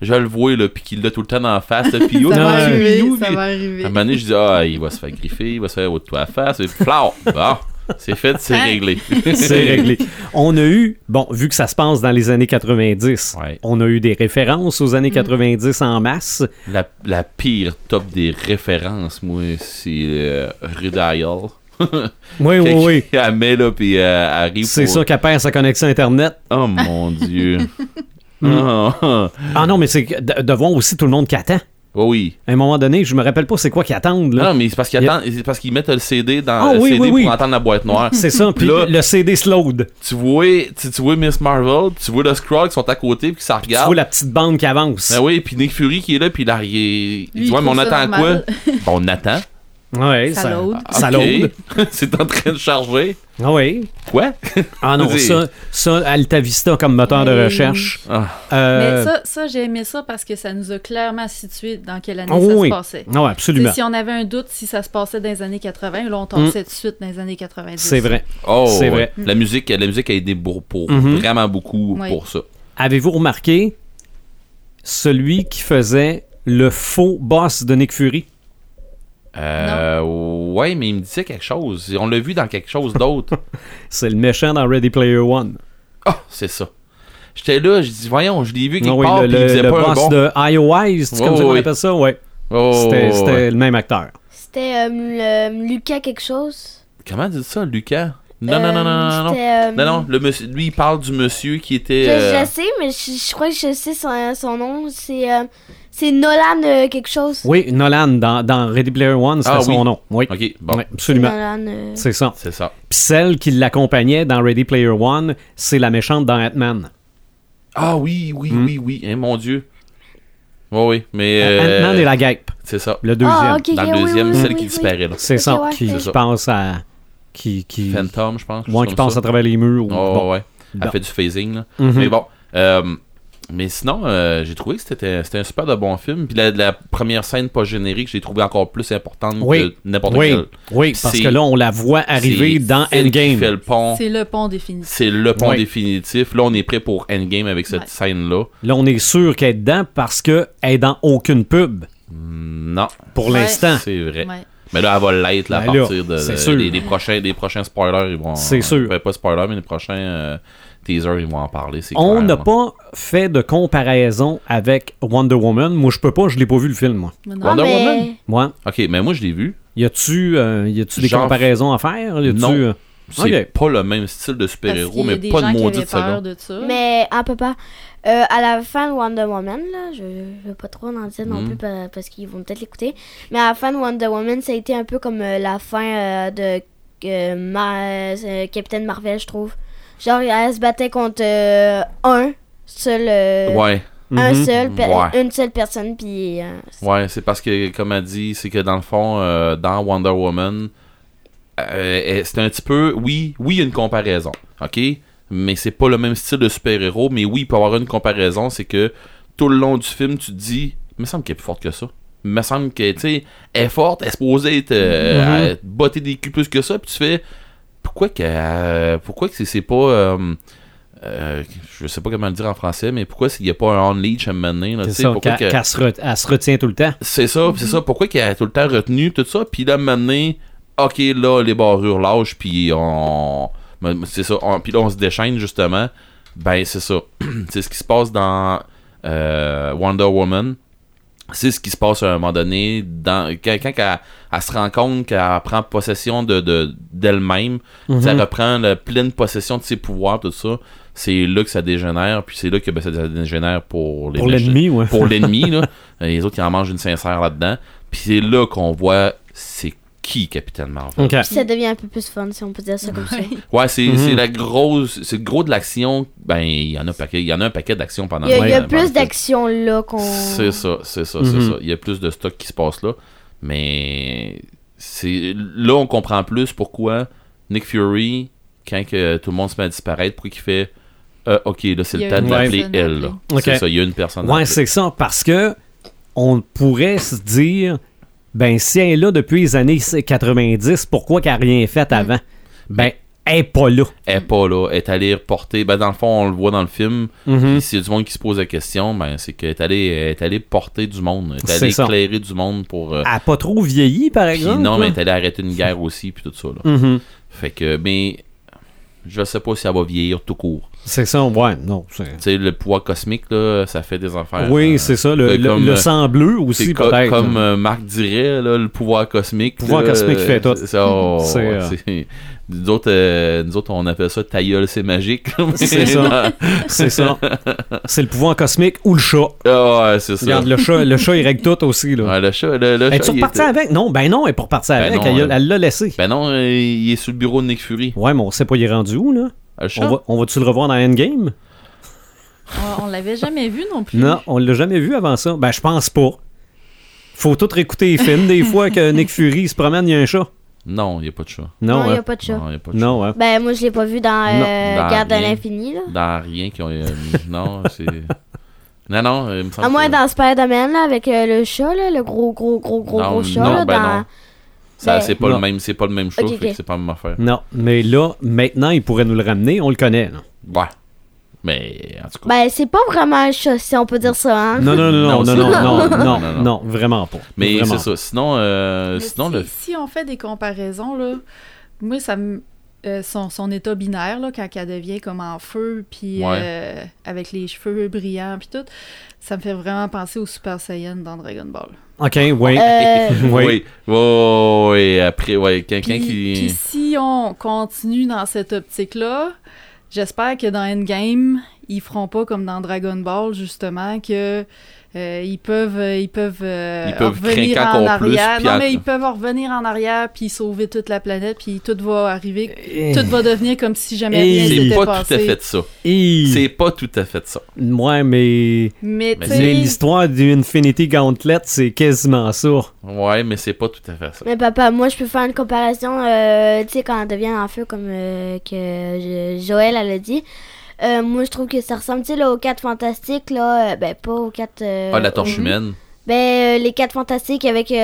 S2: je le vois, là, puis qu'il l'a tout le temps en face, là, puis oh,
S3: Ça
S1: Non,
S3: va
S1: ouais.
S3: arriver,
S2: minou,
S3: ça
S2: puis-
S3: va
S2: À un
S3: arriver.
S2: moment donné, je dis, ah, il va se faire griffer, il va se faire haut de toi à face, et flau! Bon, c'est fait, c'est
S3: Hein?
S2: réglé.
S1: C'est réglé. On a eu, bon, vu que ça se passe dans les années 90,
S2: Ouais.
S1: on a eu des références aux
S3: Mm.
S1: années 90 en masse.
S2: La, la pire top des références, moi, c'est euh, Redial.
S1: Oui, oui, oui.
S2: Elle met là, puis euh, elle arrive.
S1: C'est
S2: pour-
S1: ça qu'elle perd sa connexion Internet.
S2: Oh mon dieu.
S1: Mm.
S2: Ah, ah.
S1: Ah non, mais c'est que de, de voir aussi tout le monde qui attend.
S2: Oh oui.
S1: À un moment donné, je me rappelle pas c'est quoi qu'ils attendent.
S2: Non,
S1: Là.
S2: non, mais c'est parce qu'ils
S1: Yep.
S2: attendent- c'est parce qu'ils mettent le CD dans
S1: Ah
S2: le
S1: oui,
S2: CD
S1: oui,
S2: pour
S1: oui.
S2: entendre la boîte noire.
S1: C'est ça, puis
S2: Là-
S1: le CD se load.
S2: tu vois, tu, tu vois Miss Marvel, tu vois le Scroll qui sont à côté puis qui ça
S1: Tu
S2: regarde.
S1: vois la petite bande qui avance.
S2: Ah oui, puis Nick Fury qui est là puis là, il, est- il
S3: Lui,
S2: dit
S3: il
S2: ouais, mais on
S3: trouve ça
S2: attend quoi
S3: normal.
S2: Bon, on attend.
S1: Ouais,
S3: Ça load.
S1: Ça
S2: Ok.
S1: load.
S2: c'est en train de charger.
S1: Ah oui.
S2: Quoi
S1: Ah non,
S2: Vas-y.
S1: ça, ça, Alta Vista comme moteur de
S3: Oui.
S1: recherche.
S2: Ah,
S1: Euh,
S3: Mais ça, ça j'ai aimé ça parce que ça nous a clairement situé dans quelle année
S1: oh
S3: ça
S1: oui.
S3: se passait.
S1: Non, absolument.
S3: T'sais, Si on avait un doute si ça se passait dans les années 80, là, on tombe
S1: Mm.
S3: tout de suite dans les années 90.
S1: C'est vrai.
S2: Oh,
S1: C'est
S2: ouais.
S1: vrai.
S2: La musique, la musique a aidé pour, pour-
S1: Mhm.
S2: vraiment beaucoup
S3: Oui.
S2: pour ça.
S1: Avez-vous remarqué celui qui faisait le faux boss de Nick Fury?
S2: Euh, ouais, mais il me disait quelque chose. On l'a vu dans quelque chose d'autre.
S1: C'est le méchant dans Ready Player One.
S2: Ah, c'est ça. J'étais là, je dis, voyons, je l'ai vu quelque
S1: Non, Ah oui,
S2: part,
S1: le,
S2: puis il
S1: le-
S2: faisait
S1: le
S2: pas un
S1: boss
S2: bon.
S1: de IOI, c'est
S2: Ouais,
S1: comme ça qu'on
S2: ouais,
S1: appelle ça? Ouais.
S2: Oh,
S1: C'était c'était
S2: ouais.
S1: le même acteur.
S4: C'était euh, le- Lucas quelque chose.
S2: Comment dit ça, Lucas Non,
S4: Euh,
S2: non, non, non, non, non.
S4: c'était, euh,
S2: Non, non, le monsieur, lui, il parle du monsieur qui
S4: Je,
S2: était. euh,
S4: je sais, mais je, je crois que je sais son, son nom. C'est euh, c'est Nolan euh, quelque chose.
S1: Oui, Nolan dans, dans Ready Player One, c'était
S2: Ah,
S1: son
S2: oui.
S1: nom. Oui,
S2: Ok, bon,
S1: Oui, absolument.
S4: Nolan, euh,
S1: C'est ça.
S2: c'est ça.
S1: Puis celle qui l'accompagnait dans Ready Player One, c'est la méchante dans Ant-Man.
S2: Ah oui, oui,
S1: Hmm.
S2: oui, oui, hein, mon Dieu. Ouais, oui, mais. euh,
S1: Ant-Man et la guêpe,
S2: C'est ça.
S1: le deuxième.
S4: Ah, ok,
S2: Dans
S4: ok,
S2: le
S4: oui,
S2: deuxième,
S4: oui,
S2: celle
S4: oui,
S2: qui
S4: oui.
S2: disparaît, là.
S1: C'est ça,
S4: Ok, ouais,
S1: qui,
S4: c'est
S1: qui
S2: ça.
S1: passe à. Qui, qui,
S2: Phantom, je pense.
S1: ouais, qui
S2: comme
S1: passe
S2: ça.
S1: à travers les murs. ou-
S2: Ouais,
S1: bon.
S2: Oh, ouais, ouais. Elle
S1: Bon.
S2: fait du phasing, là.
S1: Mhm.
S2: Mais bon. euh, mais sinon, euh, j'ai trouvé que c'était c'était un super de bon film. Puis la, la première scène pas générique, j'ai trouvé encore plus importante
S1: Oui.
S2: que n'importe
S1: Oui,
S2: quelle.
S1: oui, parce
S2: C'est-
S1: que là, on la voit arriver
S2: C'est
S1: dans
S2: elle Qui fait
S1: Endgame.
S2: le pont.
S3: C'est le pont définitif.
S2: C'est le pont
S1: Oui.
S2: définitif. Là, on est prêt pour Endgame avec cette
S3: Ouais.
S2: scène-là.
S1: Là, on est sûr qu'elle est dedans parce qu'elle est dans aucune pub
S2: Mm, Non,
S1: pour
S3: Ouais.
S1: l'instant.
S2: c'est vrai.
S3: Ouais.
S2: Mais là, elle va l'être là, à
S1: Ben là,
S2: partir de,
S1: c'est
S2: de-
S1: sûr.
S2: des, des prochains, des prochains spoilers. Ils vont,
S1: C'est sûr.
S2: Ben, pas spoilers, mais les prochains euh, teasers, ils vont en parler. c'est
S1: On
S2: clair,
S1: n'a
S2: là.
S1: pas fait de comparaison avec Wonder Woman. Moi, je peux pas, je l'ai pas vu le film, moi.
S3: Mais
S4: ah,
S2: Wonder
S3: non.
S4: mais-
S2: Woman?
S1: Moi,
S2: Ok, mais moi, je l'ai vu.
S1: y a-tu euh, y a-tu des
S2: Genre-
S1: comparaisons à faire Y a-tu
S2: Non.
S1: euh,
S2: C'est
S1: Ok.
S2: pas le même style de super-héros, mais pas de maudite
S3: peur
S2: seconde.
S3: de ça.
S4: Mais à peu près. Euh, à la fin de Wonder Woman, là, je je veux pas trop en dire non
S2: Mm.
S4: plus pa- parce qu'ils vont peut-être l'écouter. Mais à la fin de Wonder Woman, ça a été un peu comme euh, la fin euh, de euh, Ma- euh, Captain Marvel, je trouve. Genre, elle se battait contre euh, un seul. euh,
S2: Ouais,
S4: Un
S1: Mhm.
S4: seul, pe-
S2: Ouais.
S4: une seule personne, puis. euh,
S2: ouais, c'est parce que, comme elle dit, c'est que dans le fond, euh, dans Wonder Woman, euh, elle- c'est un petit peu. Oui, oui, il y a une comparaison, ok? Mais c'est pas le même style de super-héros, mais oui, il peut y avoir une comparaison, c'est que tout le long du film, tu te dis, il me semble qu'elle est plus forte que ça. Il me semble qu'elle tu sais, elle est forte, elle est supposée être, euh,
S1: Mhm.
S2: à te botter des culs plus que ça, puis tu fais, pourquoi que euh, pourquoi que c'est- c'est pas euh, euh, je sais pas comment le dire en français mais pourquoi s'il y a pas un on leash à mener là, tu
S1: C'est
S2: sais,
S1: ça,
S2: pourquoi
S1: qu'elle
S2: que-
S1: qu'elle se re- elle se retient tout le temps.
S2: c'est ça
S1: Mhm.
S2: c'est ça pourquoi qu'il a tout le temps retenu tout ça puis là mener ok là les barrures lâchent puis on ben, c'est ça on- puis là on se déchaîne justement ben c'est ça c'est ce qui se passe dans euh, Wonder Woman c'est ce qui se passe à un moment donné dans, quand, quand elle, elle se rend compte qu'elle prend possession de, de- d'elle-même ça
S1: Mhm.
S2: reprend la pleine possession de ses pouvoirs tout ça c'est là que ça dégénère puis c'est là que ben, ça dégénère pour les
S1: Pour
S2: méchants
S1: l'ennemi, ouais.
S2: pour l'ennemi. là. Euh, Les autres, ils en mangent une sincère là-dedans. Puis c'est là qu'on voit c'est qui Capitaine Marvel.
S1: Ok.
S4: Puis ça devient un peu plus fun, si on peut dire ça comme ça.
S2: Ouais, c'est
S1: Mhm.
S2: c'est la grosse. C'est le gros de l'action. Ben, il y en a un paquet. Il y en a un paquet d'actions pendant
S4: Il y a, il y a
S2: pendant-
S4: plus
S2: pendant-
S4: d'actions là qu'on.
S2: C'est ça, c'est ça,
S1: Mhm.
S2: c'est ça. Il y a plus de stock qui se passe là. Mais c'est là, on comprend plus pourquoi Nick Fury, quand que tout le monde se met à disparaître, pourquoi il fait Euh, Ok, là, c'est
S3: Il y
S2: le
S3: a
S2: temps de
S1: une
S2: l'appeler
S3: personne à
S2: elle. là.
S1: Ok.
S2: C'est ça, il y a une personne. à
S1: Ouais,
S2: appeler.
S1: c'est ça, parce que on pourrait se dire, ben si elle est là depuis les années 90, pourquoi qu'elle n'a rien fait avant? Ben, elle n'est pas là.
S2: Elle est pas là. Elle est allée reporter. Ben, dans le fond, on le voit dans le film.
S1: Mhm.
S2: Puis s'il y a du monde qui se pose la question, ben, c'est que t'es allé, euh, t'es allé porter du monde, t'es allé
S1: C'est ça.
S2: éclairer du monde pour. euh,
S1: Elle n'a pas trop vieilli, par
S2: puis
S1: exemple.
S2: non, mais
S1: là.
S2: t'es allé arrêter une guerre aussi, puis tout ça. Là.
S1: Mhm.
S2: Fait que, mais je sais pas si elle va vieillir tout court.
S1: C'est ça, ouais, non. c'est-
S2: Tu sais, le pouvoir cosmique, là, ça fait des affaires.
S1: oui,
S2: euh,
S1: c'est ça, le,
S2: c'est
S1: le-
S2: comme,
S1: le
S2: euh,
S1: sang bleu
S2: c'est
S1: aussi,
S2: co-
S1: peut-être.
S2: comme euh, Marc dirait, là, le pouvoir cosmique.
S1: Le pouvoir
S2: là,
S1: cosmique fait tout.
S2: c'est- c'est- oh,
S1: C'est, euh,
S2: c'est- nous, autres, euh, nous autres, on appelle ça ta gueule, c'est magique.
S1: C'est ça. C'est ça. C'est le pouvoir cosmique ou le chat.
S2: Ah, ouais, c'est ça.
S1: Regarde, le chat, le chat, il règle tout aussi, là.
S2: Ouais, le chat, le, le
S1: Es-tu
S2: chat, il
S1: reparti
S2: était-
S1: avec? Non, ben non, elle est pas repartie
S2: Ben
S1: avec.
S2: non,
S1: elle
S2: elle-
S1: elle l'a laissé.
S2: Ben non, euh, il est sur le bureau de Nick Fury.
S1: Ouais, mais on sait pas, il est rendu où, là?
S2: Ah, le chat?
S1: On va- On va-tu le revoir dans Endgame?
S3: On, on l'avait jamais vu non plus.
S1: Non, on l'a jamais vu avant ça. Ben, je pense pas. Faut tout réécouter les films. Des fois que Nick Fury se promène, il y a un chat.
S2: Non, il n'y a pas de chat.
S1: Non,
S4: Non, il n'y
S1: hein?
S4: a pas de chat.
S2: Non, il a pas de
S1: Non, hein?
S4: Ben, moi, je l'ai pas vu dans
S1: Non,
S4: euh,
S2: dans
S4: Garde de
S2: rien.
S4: l'Infini, là.
S2: chat. Dans rien qui ont. euh, non, c'est. Non, non, euh, il me semble.
S4: À moins
S2: que-
S4: dans Spider-Man, là, avec euh, le chat, là, le gros, gros, gros, gros,
S2: Non,
S4: gros chat,
S2: non,
S4: là,
S2: ben
S4: dans...
S2: non. Ça,
S4: Ben-
S2: c'est pas
S1: Non.
S2: le même, c'est pas le même show,
S4: Ok,
S2: fait
S4: ok.
S2: que c'est pas la même affaire.
S1: Non, mais là, maintenant, il pourrait nous le ramener. On le connaît. là.
S2: Ouais. Mais en tout cas.
S4: Ben, c'est pas vraiment un chat, si on peut dire ça, hein.
S1: Non, non, non, non,
S2: Non,
S1: non,
S2: c'est-
S1: non, non, non,
S2: Non,
S1: non,
S2: non, non.
S1: vraiment pas.
S2: mais
S1: Vraiment
S2: c'est ça. Sinon, euh,
S3: Mais
S2: sinon
S3: si,
S2: le.
S3: si on fait des comparaisons, là, moi, ça me. euh, son, son état binaire, là, quand elle devient comme en feu, puis
S2: Ouais.
S3: euh, avec les cheveux brillants, puis tout, ça me fait vraiment penser au Super Saiyan dans Dragon Ball.
S1: pas. Ok, oui.
S4: Euh,
S1: oui.
S2: Oui. Oh, oui. Après, ouais, quelqu'un
S3: Puis, puis
S2: qui.
S3: si on continue dans cette optique-là, j'espère que dans Endgame, ils feront pas comme dans Dragon Ball, justement, que euh, ils peuvent, euh, ils peuvent, euh,
S2: Ils peuvent
S3: revenir
S2: craquer
S3: en
S2: encore plus,
S3: arrière.
S2: puis
S3: non,
S2: en-
S3: mais ils peuvent en revenir en arrière, puis sauver toute la planète, puis tout va arriver,
S1: Eh.
S3: tout va devenir comme si jamais
S1: Et-
S3: rien
S2: C'est
S3: s'était
S2: pas
S3: passé.
S2: tout à fait ça.
S1: Et...
S2: C'est pas tout à fait ça.
S1: Eh. Ouais, mais...
S3: Mais
S2: Mais
S3: tu
S1: mais
S3: sais,
S1: Ben, l'histoire du Infinity Gauntlet, c'est quasiment ça.
S2: Ouais, mais c'est pas tout à fait ça.
S4: Mais papa, moi, je peux faire une comparaison, euh, tu sais, quand on devient en feu, comme euh, que je- Joël, elle a dit. Euh, moi, je trouve que ça ressemble, tu sais, là, aux 4 fantastiques, là, euh, ben, pas aux 4...
S2: Ah, la torche
S3: oui.
S2: humaine.
S4: Ben, euh, les 4 fantastiques avec euh,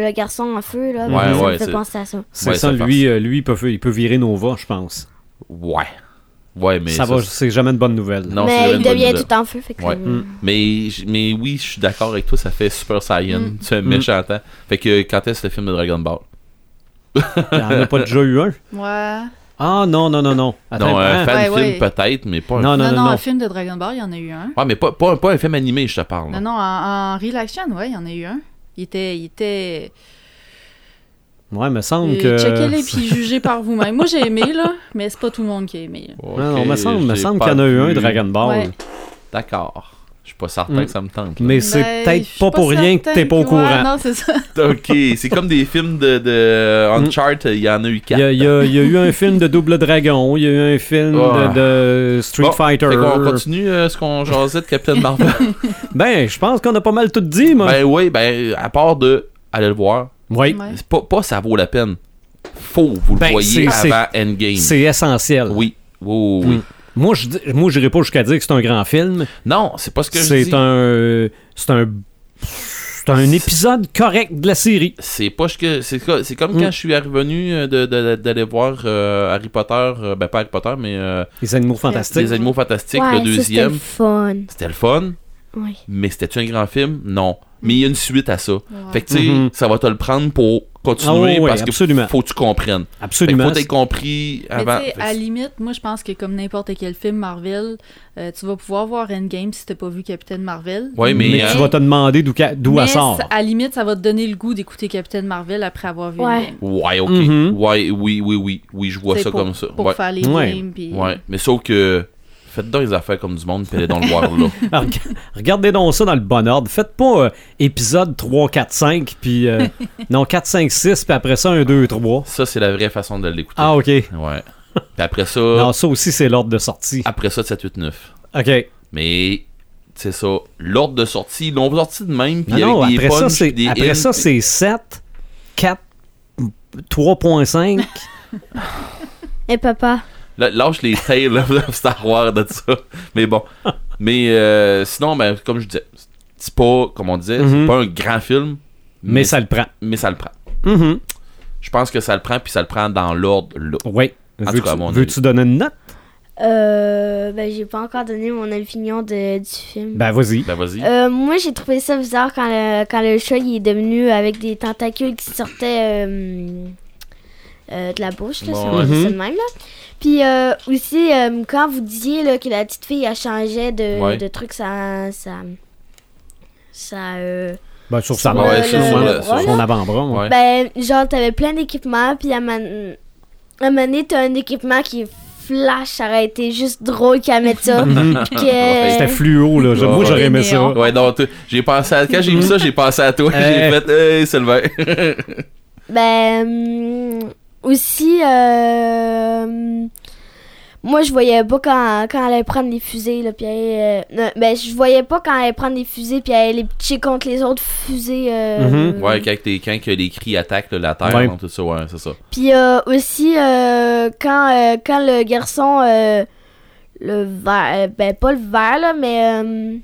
S4: le, le garçon en feu, là,
S1: Ouais,
S4: ben, ça
S2: ouais,
S4: me fait
S2: c'est-
S4: penser à ça.
S1: C'est
S2: Ouais,
S1: ça,
S2: ça
S1: lui, euh, lui il, peut, il peut virer Nova, je pense.
S2: Ouais. Ouais, mais.
S1: ça va, c'est jamais une bonne nouvelle.
S2: Non, c'est
S4: mais
S2: vraiment
S4: il
S2: une bonne
S4: devient
S2: nouvelle.
S4: tout en feu, fait que...
S2: Ouais. Mm.
S4: euh,
S2: Mais, j- mais oui, je suis d'accord avec toi, ça fait Super Saiyan.
S3: Mm.
S2: C'est un méchant temps. Fait que quand est-ce le film de Dragon Ball
S1: Il n'y en a pas déjà eu un.
S3: ouais.
S1: Ah non, non, non, non. Attends,
S2: Non, euh, un
S1: hein?
S2: fan
S3: Ouais,
S2: film
S3: ouais.
S2: peut-être, mais pas un.
S1: Non,
S3: Non,
S1: non,
S3: non,
S1: non, non.
S3: un film de Dragon Ball, il y en a eu un.
S2: Ouais, mais pas, pas, un- pas un film animé, je te parle.
S3: Non, non, en, en real action, ouais, il y en a eu un. Il était, il était
S1: Ouais, me semble
S3: Et
S1: que.
S3: euh, Checkez-les puis jugez par vous-même. Moi, j'ai aimé, là, mais c'est pas tout le monde qui a aimé. là.
S1: Ouais, non,
S2: Ok,
S1: me semble, me
S2: j'ai
S1: semble
S2: pas
S1: qu'il y en a eu un
S2: vu.
S1: Dragon Ball.
S3: Ouais.
S2: D'accord. Je suis pas certain
S1: Mm.
S2: que ça me tente. là.
S1: Mais c'est
S3: Ben, je
S1: peut-être
S3: suis
S1: pas pour rien que
S3: certaine
S1: t'es pas au
S3: que- ouais,
S1: courant.
S3: non, c'est ça.
S2: Ok, c'est comme des films de, de
S1: Mm.
S2: Uncharted, il y en a eu
S1: Il
S2: quatre.
S1: y, a- il y a- il y a eu un film de Double Dragon, il y a eu un film
S2: Ouais.
S1: de, de Street
S2: Oh. Bon,
S1: Fighter.
S2: Fait qu'on continue euh, ce qu'on jasait de Captain Marvel.
S1: Ben, je pense qu'on a pas mal tout dit, moi.
S2: ben oui, ben à part de aller le voir,
S1: oui,
S3: Ouais.
S2: c'est pas, pas ça vaut la peine. Faut que vous le
S1: Ben,
S2: voyez
S1: c'est-
S2: avant Endgame.
S1: c'est essentiel.
S2: Oui, oui, oui.
S1: Mm. Moi, je dis- moi, j'irai pas jusqu'à dire que c'est un grand film.
S2: Non, c'est pas ce que je
S1: C'est
S2: dis.
S1: un, c'est un, c'est un épisode correct de la série.
S2: C'est pas ce que c'est co- c'est comme
S1: Mm.
S2: quand je suis revenu euh, de- de- d'aller voir euh, Harry Potter, euh, ben pas Harry Potter mais euh,
S1: Les animaux fantastiques.
S2: les animaux fantastiques
S4: ouais,
S2: le
S4: ça, c'était le
S2: deuxième.
S4: fun.
S2: C'était le fun,
S4: Oui.
S2: mais c'était un grand film Non, mais il y a une suite à ça.
S3: Ouais.
S2: Fait que tu sais,
S1: Mhm.
S2: ça va te le prendre pour continuer
S1: Ah oui,
S2: parce que
S1: absolument.
S2: faut que tu comprennes. Fait que
S1: Absolument.
S2: faut t'être compris
S3: Mais
S2: avant.
S3: tu sais, à limite, moi, je pense que comme n'importe quel film Marvel, euh, tu vas pouvoir voir Endgame si t'as pas vu Captain Marvel.
S2: Ouais, mais,
S1: mais
S2: euh,
S1: tu vas te demander d'où ca- d'où elle
S3: Mais
S1: sort.
S3: ça- à limite, ça va te donner le goût d'écouter Captain Marvel après avoir vu
S4: Ouais.
S3: Endgame.
S2: Ouais, ok.
S1: Mhm.
S2: Ouais, oui, oui, oui. Oui, je vois
S3: T'sais,
S2: ça
S3: pour-
S2: comme ça.
S3: Pour
S2: Ouais.
S3: faire les
S1: Ouais.
S3: games. puis-
S2: ouais. Mais sauf que. Faites donc les affaires comme du monde, puis allez donc le voir là.
S1: Ah, reg- Regardez donc ça dans le bon ordre. Faites pas euh, épisode 3, 4, 5, puis. euh, non, 4, 5, 6, puis après ça, 1, 2, 3.
S2: Ça, c'est la vraie façon de l'écouter.
S1: Ah, OK.
S2: Ouais. Puis après ça,
S1: Non, ça aussi, c'est l'ordre de sortie.
S2: après ça, 7, 8, 9.
S1: OK.
S2: Mais, c'est ça. L'ordre de sortie, l'on va sortir de même, puis
S1: Non, Ah non,
S2: avec des
S1: après ça,
S2: punchs,
S1: c'est,
S2: puis des
S1: après
S2: hints,
S1: ça,
S2: puis-
S1: c'est 7, 4, 3.5.
S4: Et papa,
S2: Là, Lâche les tails of Star Wars de ça. Mais bon. Mais euh, sinon, ben, comme je disais, c'est pas, comme on disait, c'est
S1: Mhm.
S2: pas un grand film,
S1: mais ça le prend.
S2: mais ça le prend.
S1: Mhm.
S2: Je pense que ça le prend, puis ça le prend dans l'ordre là.
S1: Oui.
S2: En tout
S1: Veux-tu,
S2: cas, à mon
S1: veux-tu donner une note?
S4: euh, ben, j'ai pas encore donné mon opinion de, du film.
S1: Ben, vas-y.
S2: Ben vas-y.
S4: Euh, moi, j'ai trouvé ça bizarre quand le, quand le chat il est devenu avec des tentacules qui sortaient euh, euh, de la bouche, là, si on
S2: Ouais.
S4: dit ça de
S1: Mhm.
S4: même. Là. Puis euh, aussi, euh, quand vous disiez là, que la petite fille, elle changeait de,
S2: Ouais.
S4: de truc, ça... ça ça euh,
S1: Ben, sur sa
S4: Ouais,
S1: main,
S4: le-
S1: sur
S4: le
S1: son-
S4: bras,
S1: sur
S4: là.
S1: son avant-bras. ouais.
S2: Ouais.
S4: ben genre t'avais plein d'équipements puis à un moment à un moment donné, t'as un équipement qui flash ça aurait été juste drôle qu'à mettre ça
S1: Mhm.
S4: Puis
S2: Ouais.
S4: que
S1: C'était fluo, là. Je-
S2: Ouais,
S1: Moi,
S2: ouais.
S1: j'aurais aimé
S3: Les
S1: ça.
S3: néons.
S2: Ouais, donc t- j'ai pensé à... Quand j'ai vu ça, j'ai pensé à toi.
S1: Euh.
S2: J'ai fait Hey Sylvain!
S4: Ben hum, aussi, euh, hum, moi je voyais pas quand, quand elle allait prendre les fusées là, puis elle, euh, non, ben je voyais pas quand elle allait prendre les fusées puis elle allait pitcher contre les autres fusées. euh,
S1: Mhm.
S2: ouais, quand, t'es- quand que les cris attaquent là, la terre,
S1: Ouais.
S2: non, tout ça, ouais, c'est ça.
S4: Puis euh, aussi euh, quand euh, quand le garçon euh, le vert, euh, ben pas le vert là, mais hum,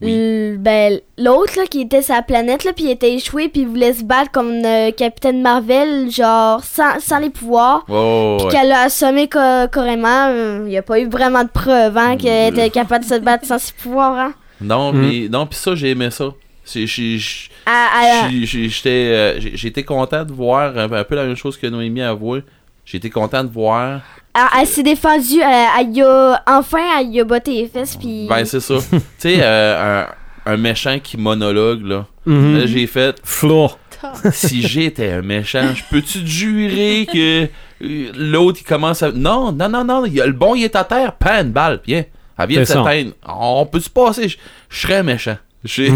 S2: Oui.
S4: l- ben, l'autre là qui était sa planète là puis il était échoué puis il voulait se battre comme euh, Capitaine Marvel genre sans, sans les pouvoirs
S2: Oh,
S4: puis
S2: ouais.
S4: qu'elle a assommé ca- carrément euh, il n'y a pas eu vraiment de preuves hein,
S2: Mm.
S4: qu'elle était capable de se battre sans ses pouvoirs hein.
S2: Non,
S1: Mhm.
S2: mais non, puis ça, j'ai aimé ça. C'est- j'ai- j'ai-
S4: À- à-
S2: j'ai- j'ai- J'étais euh, j'ai- j'ai été content de voir euh, ben, un, un peu la même chose que Noémie a avoué. J'ai été content de voir.
S4: à- elle s'est défendue elle, elle y a- enfin elle y a botté les fesses puis
S2: Ben, c'est ça. tu sais, euh, un, un méchant qui monologue, là.
S1: Mhm.
S2: Là, j'ai fait.
S1: Flo.
S3: Ta-
S2: si j'étais un méchant, je peux-tu te jurer que euh, l'autre il commence à. Non, non, non, non, il y a le bon, il est à terre, pas une balle, viens. Elle vient de
S1: C'est ça.
S2: s'éteindre. On peut se passer, je je serais méchant. J'ai-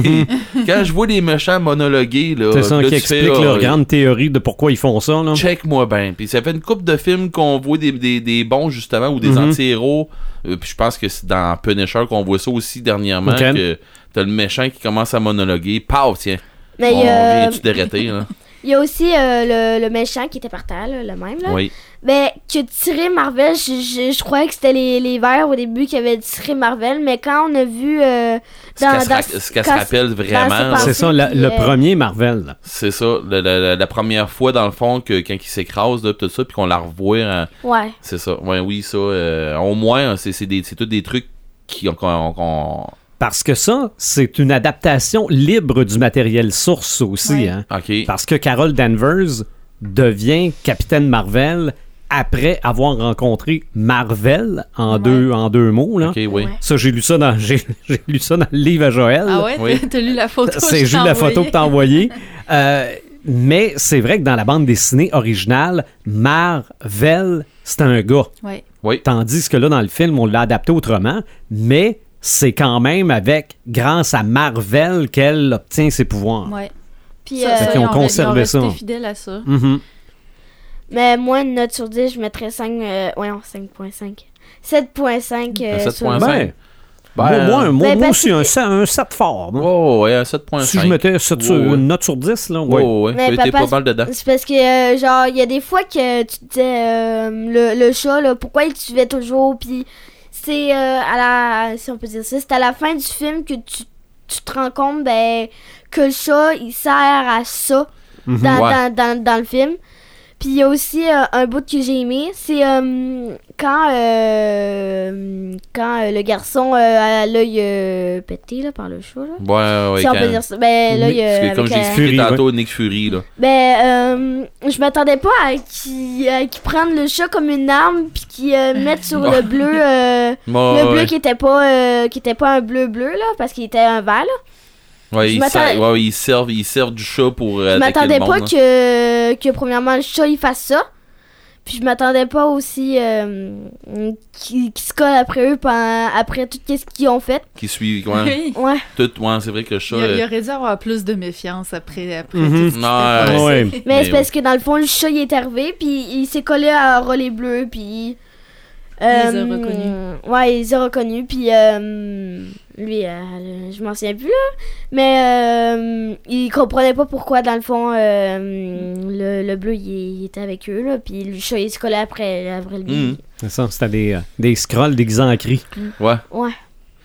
S2: Quand je vois des méchants monologuer, là,
S1: Mhm. C'est ça
S2: là,
S1: qui
S2: tu fais,
S1: explique
S2: ah,
S1: leur grande théorie de pourquoi ils font ça. Là.
S2: Check-moi bien. Puis ça fait une coupe de films qu'on voit des, des, des bons, justement, ou des
S1: Mhm.
S2: anti-héros. Euh, puis je pense que c'est dans Punisher qu'on voit ça aussi dernièrement.
S1: Ok.
S2: Que t'as le méchant qui commence à monologuer. Paf, tiens.
S4: mais euh,
S2: on
S4: il y a-
S2: vient-tu d'arrêter, là?
S4: il y a aussi euh, le, le méchant qui était par terre là, le même là.
S2: Oui.
S4: Ben, qui a tiré Marvel, je, je, je croyais que c'était les, les verts au début qui avaient tiré Marvel, mais quand on a vu euh,
S2: Ce
S4: dans,
S2: qu'elle se,
S4: dans-
S2: ra- ce qu'elle se
S4: quand-
S2: rappelle
S4: c'est
S2: vraiment,
S4: pas-
S2: là,
S1: C'est ça, la-
S4: puis,
S1: le
S4: euh,
S1: premier Marvel. là.
S2: c'est ça, la, la- la- la première fois dans le fond que quand il s'écrase là, tout ça, puis qu'on la revoit, hein,
S4: Ouais.
S2: c'est ça. Ouais, oui, ça. euh, au moins, hein, c'est c'est des, c'est tous des trucs qui ont qu'on- qu'on-
S1: Parce que ça, c'est une adaptation libre du matériel source aussi.
S3: Ouais.
S1: hein.
S2: Ok.
S1: Parce que Carol Danvers devient Capitaine Marvel après avoir rencontré Marvel en,
S3: Ouais.
S1: deux, en deux mots. Là.
S2: Ok, oui.
S3: Ouais.
S1: Ça, j'ai lu ça, dans, j'ai, j'ai lu ça dans le livre à Joël.
S3: Ah ouais?
S2: Oui.
S3: T'as- T'as lu la photo? que
S1: C'est
S3: je
S1: juste
S3: t'ai
S1: la photo
S3: envoyée?
S1: que t'as envoyée. Euh, Mais c'est vrai que dans la bande dessinée originale, Marvel, c'est un gars.
S3: Ouais.
S2: Oui.
S1: Tandis que là, dans le film, on l'a adapté autrement, mais c'est quand même avec, grâce à Marvel, qu'elle obtient ses pouvoirs.
S3: Ouais.
S4: Puis,
S3: Ça,
S1: Fait
S3: ça,
S1: qu'ils ont
S3: ils ont- ils ont
S1: conservé
S3: resté
S1: ça.
S3: fidèles à ça.
S2: Mm-hmm.
S1: Mhm.
S4: Mais moi, une note sur 10, je mettrais 5. Euh, ouais, non, 5.5. 7.5. euh,
S2: Un
S4: sur-
S2: 7.5.
S1: Ben, moi,
S2: Ben,
S1: moi, un- moi,
S4: Ben,
S1: moi
S4: parce
S1: aussi,
S4: que-
S1: un, set- un set fort. moi.
S2: Oh, ouais, à 7.5.
S1: Si je mettais sept sur-
S2: Ouais, ouais.
S1: une note sur 10, là,
S2: Ouais,
S1: ouais.
S2: ouais, ouais.
S4: Mais
S2: T'as été
S4: papa,
S2: pas mal dedans.
S4: C'est parce que, euh, genre, il y a des fois que tu te disais, euh, le, le chat, là, pourquoi il tuait toujours, puis c'est euh, à la, si on peut dire ça, c'est à la fin du film que tu, tu te rends compte, ben, que le chat, il sert à ça
S1: Mhm.
S4: dans,
S2: Ouais.
S4: dans, dans, dans le film. Puis il y a aussi euh, un bout que j'ai aimé, c'est euh, quand, euh, quand euh, le garçon euh, a l'œil euh, pété, là, par le chat, là.
S2: Ouais, ouais, ouais.
S4: si on
S2: quand-
S4: peut dire ça, ben, l'œil...
S2: Parce
S4: euh,
S2: que comme
S4: avec,
S2: j'ai
S4: euh,
S2: expliqué
S1: Fury, ouais.
S2: tantôt, Nick Fury, là.
S4: ben, euh, je m'attendais pas à qu'ils à qu'ils prennent le chat comme une arme puis qu'ils euh, mettent sur le bleu euh,
S2: Ouais,
S4: le bleu
S2: ouais.
S4: qui était pas euh, qui était pas un bleu bleu là parce qu'il était un vert. Là.
S2: Ouais,
S4: Je
S2: ils
S4: m'attendais-
S2: servent, ouais, ouais, ils servent, ils servent du chat pour euh, attaquer le
S4: Je m'attendais
S2: monde.
S4: pas
S2: là.
S4: que que premièrement le chat il fasse ça. Puis je m'attendais pas aussi euh, qu'ils qu'ils se collent après eux pendant- après tout ce qu'ils ont fait.
S2: Qui suivent, ouais.
S3: Oui.
S4: Ouais.
S2: Tout, ouais, c'est vrai que le chat.
S3: Il, y- il
S2: euh,
S3: aurait dû avoir plus de méfiance après, après
S1: Mhm.
S3: tout ce qui s'est
S2: Non,
S3: passé.
S1: ouais.
S4: Mais,
S2: Mais
S4: c'est parce que dans le fond le chat il est arrivé puis il s'est collé à Relais Bleu puis
S3: a
S4: euh,
S3: reconnus.
S4: Ouais, il les a reconnus puis euh, lui euh, je m'en souviens plus là, mais euh, il comprenait pas pourquoi dans le fond euh, le, le bleu il, il était avec eux là puis le chat il se collait après après lui.
S2: Mhm.
S1: C'est ça, c'était des, euh, des scrolls déguisés en cris.
S2: Ouais,
S4: Ouais,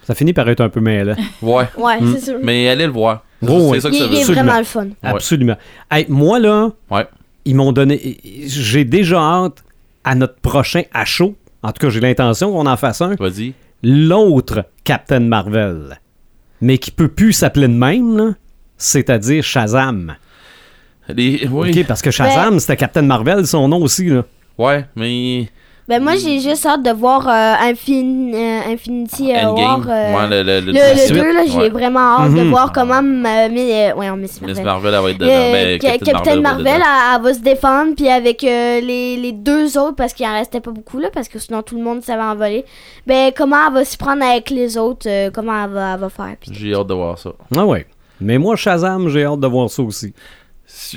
S1: Ça finit par être un peu mêlant.
S2: ouais.
S4: ouais,
S1: Mhm.
S4: c'est sûr.
S2: Mais allez le voir. C'est
S1: Oh, ouais.
S2: c'est ça
S4: Il,
S2: que ça
S4: il est
S2: veut dire.
S4: vraiment le fun.
S1: Absolument. Hey, moi, là,
S2: Ouais.
S1: ils m'ont donné. J'ai déjà hâte à notre prochain à chaud. En tout cas, j'ai l'intention qu'on en fasse un.
S2: Vas-y.
S1: L'autre Captain Marvel, mais qui peut plus s'appeler de même, là, c'est-à-dire Shazam.
S2: Les... Oui.
S1: OK, parce que Shazam, c'était Captain Marvel, son nom aussi. Là.
S2: Ouais, mais.
S4: Ben moi j'ai juste hâte de voir euh, Infin- euh, Infinity euh,
S2: Endgame.
S4: War. euh,
S2: ouais, le, le, le,
S4: Le,
S2: la
S4: le
S2: suite.
S4: 2, là, j'ai
S2: Ouais.
S4: vraiment hâte de
S1: Mhm.
S4: voir comment. euh, mais, euh, ouais, on met Miss
S2: Miss
S4: Marvel.
S2: Marvel, elle va être dedans.
S4: Euh,
S2: Ben,
S4: Ca-
S2: Captain,
S4: Marvel,
S2: va être dedans.
S4: elle, elle va se défendre, puis avec euh, les, les deux autres, parce qu'il en restait pas beaucoup, là, parce que sinon tout le monde savait envoler. Ben, comment elle va s'y prendre avec les autres, euh, comment elle va, elle va faire. puis-
S2: J'ai hâte de voir ça.
S1: Ah ouais. Mais moi, Shazam, j'ai hâte de voir ça aussi.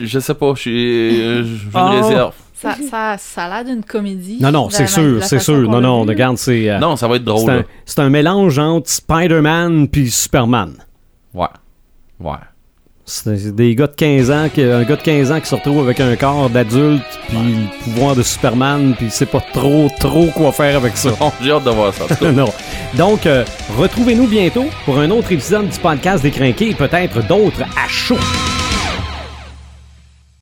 S2: Je sais pas, je suis. euh, Je je me
S1: Oh.
S2: réserve.
S3: Ça, ça, ça a l'air d'une comédie.
S1: Non, non,
S3: la-
S1: c'est
S3: la-
S1: sûr,
S3: la
S1: c'est
S3: façon
S1: sûr.
S3: qu'on
S1: Non,
S3: l'a
S1: non,
S3: vu.
S1: regarde, c'est. euh,
S2: Non, ça va être
S1: c'est
S2: drôle.
S1: un,
S2: là.
S1: c'est un mélange entre Spider-Man puis Superman.
S2: Ouais. Ouais.
S1: C'est c'est des gars de 15 ans, qui, un gars de 15 ans qui se retrouve avec un corps d'adulte, puis le pouvoir de Superman, puis il sait pas trop, trop quoi faire avec ça.
S2: Bon, j'ai hâte de voir ça. en tout cas.
S1: non. Donc, euh, retrouvez-nous bientôt pour un autre épisode du podcast Décrinqué et peut-être d'autres à chaud.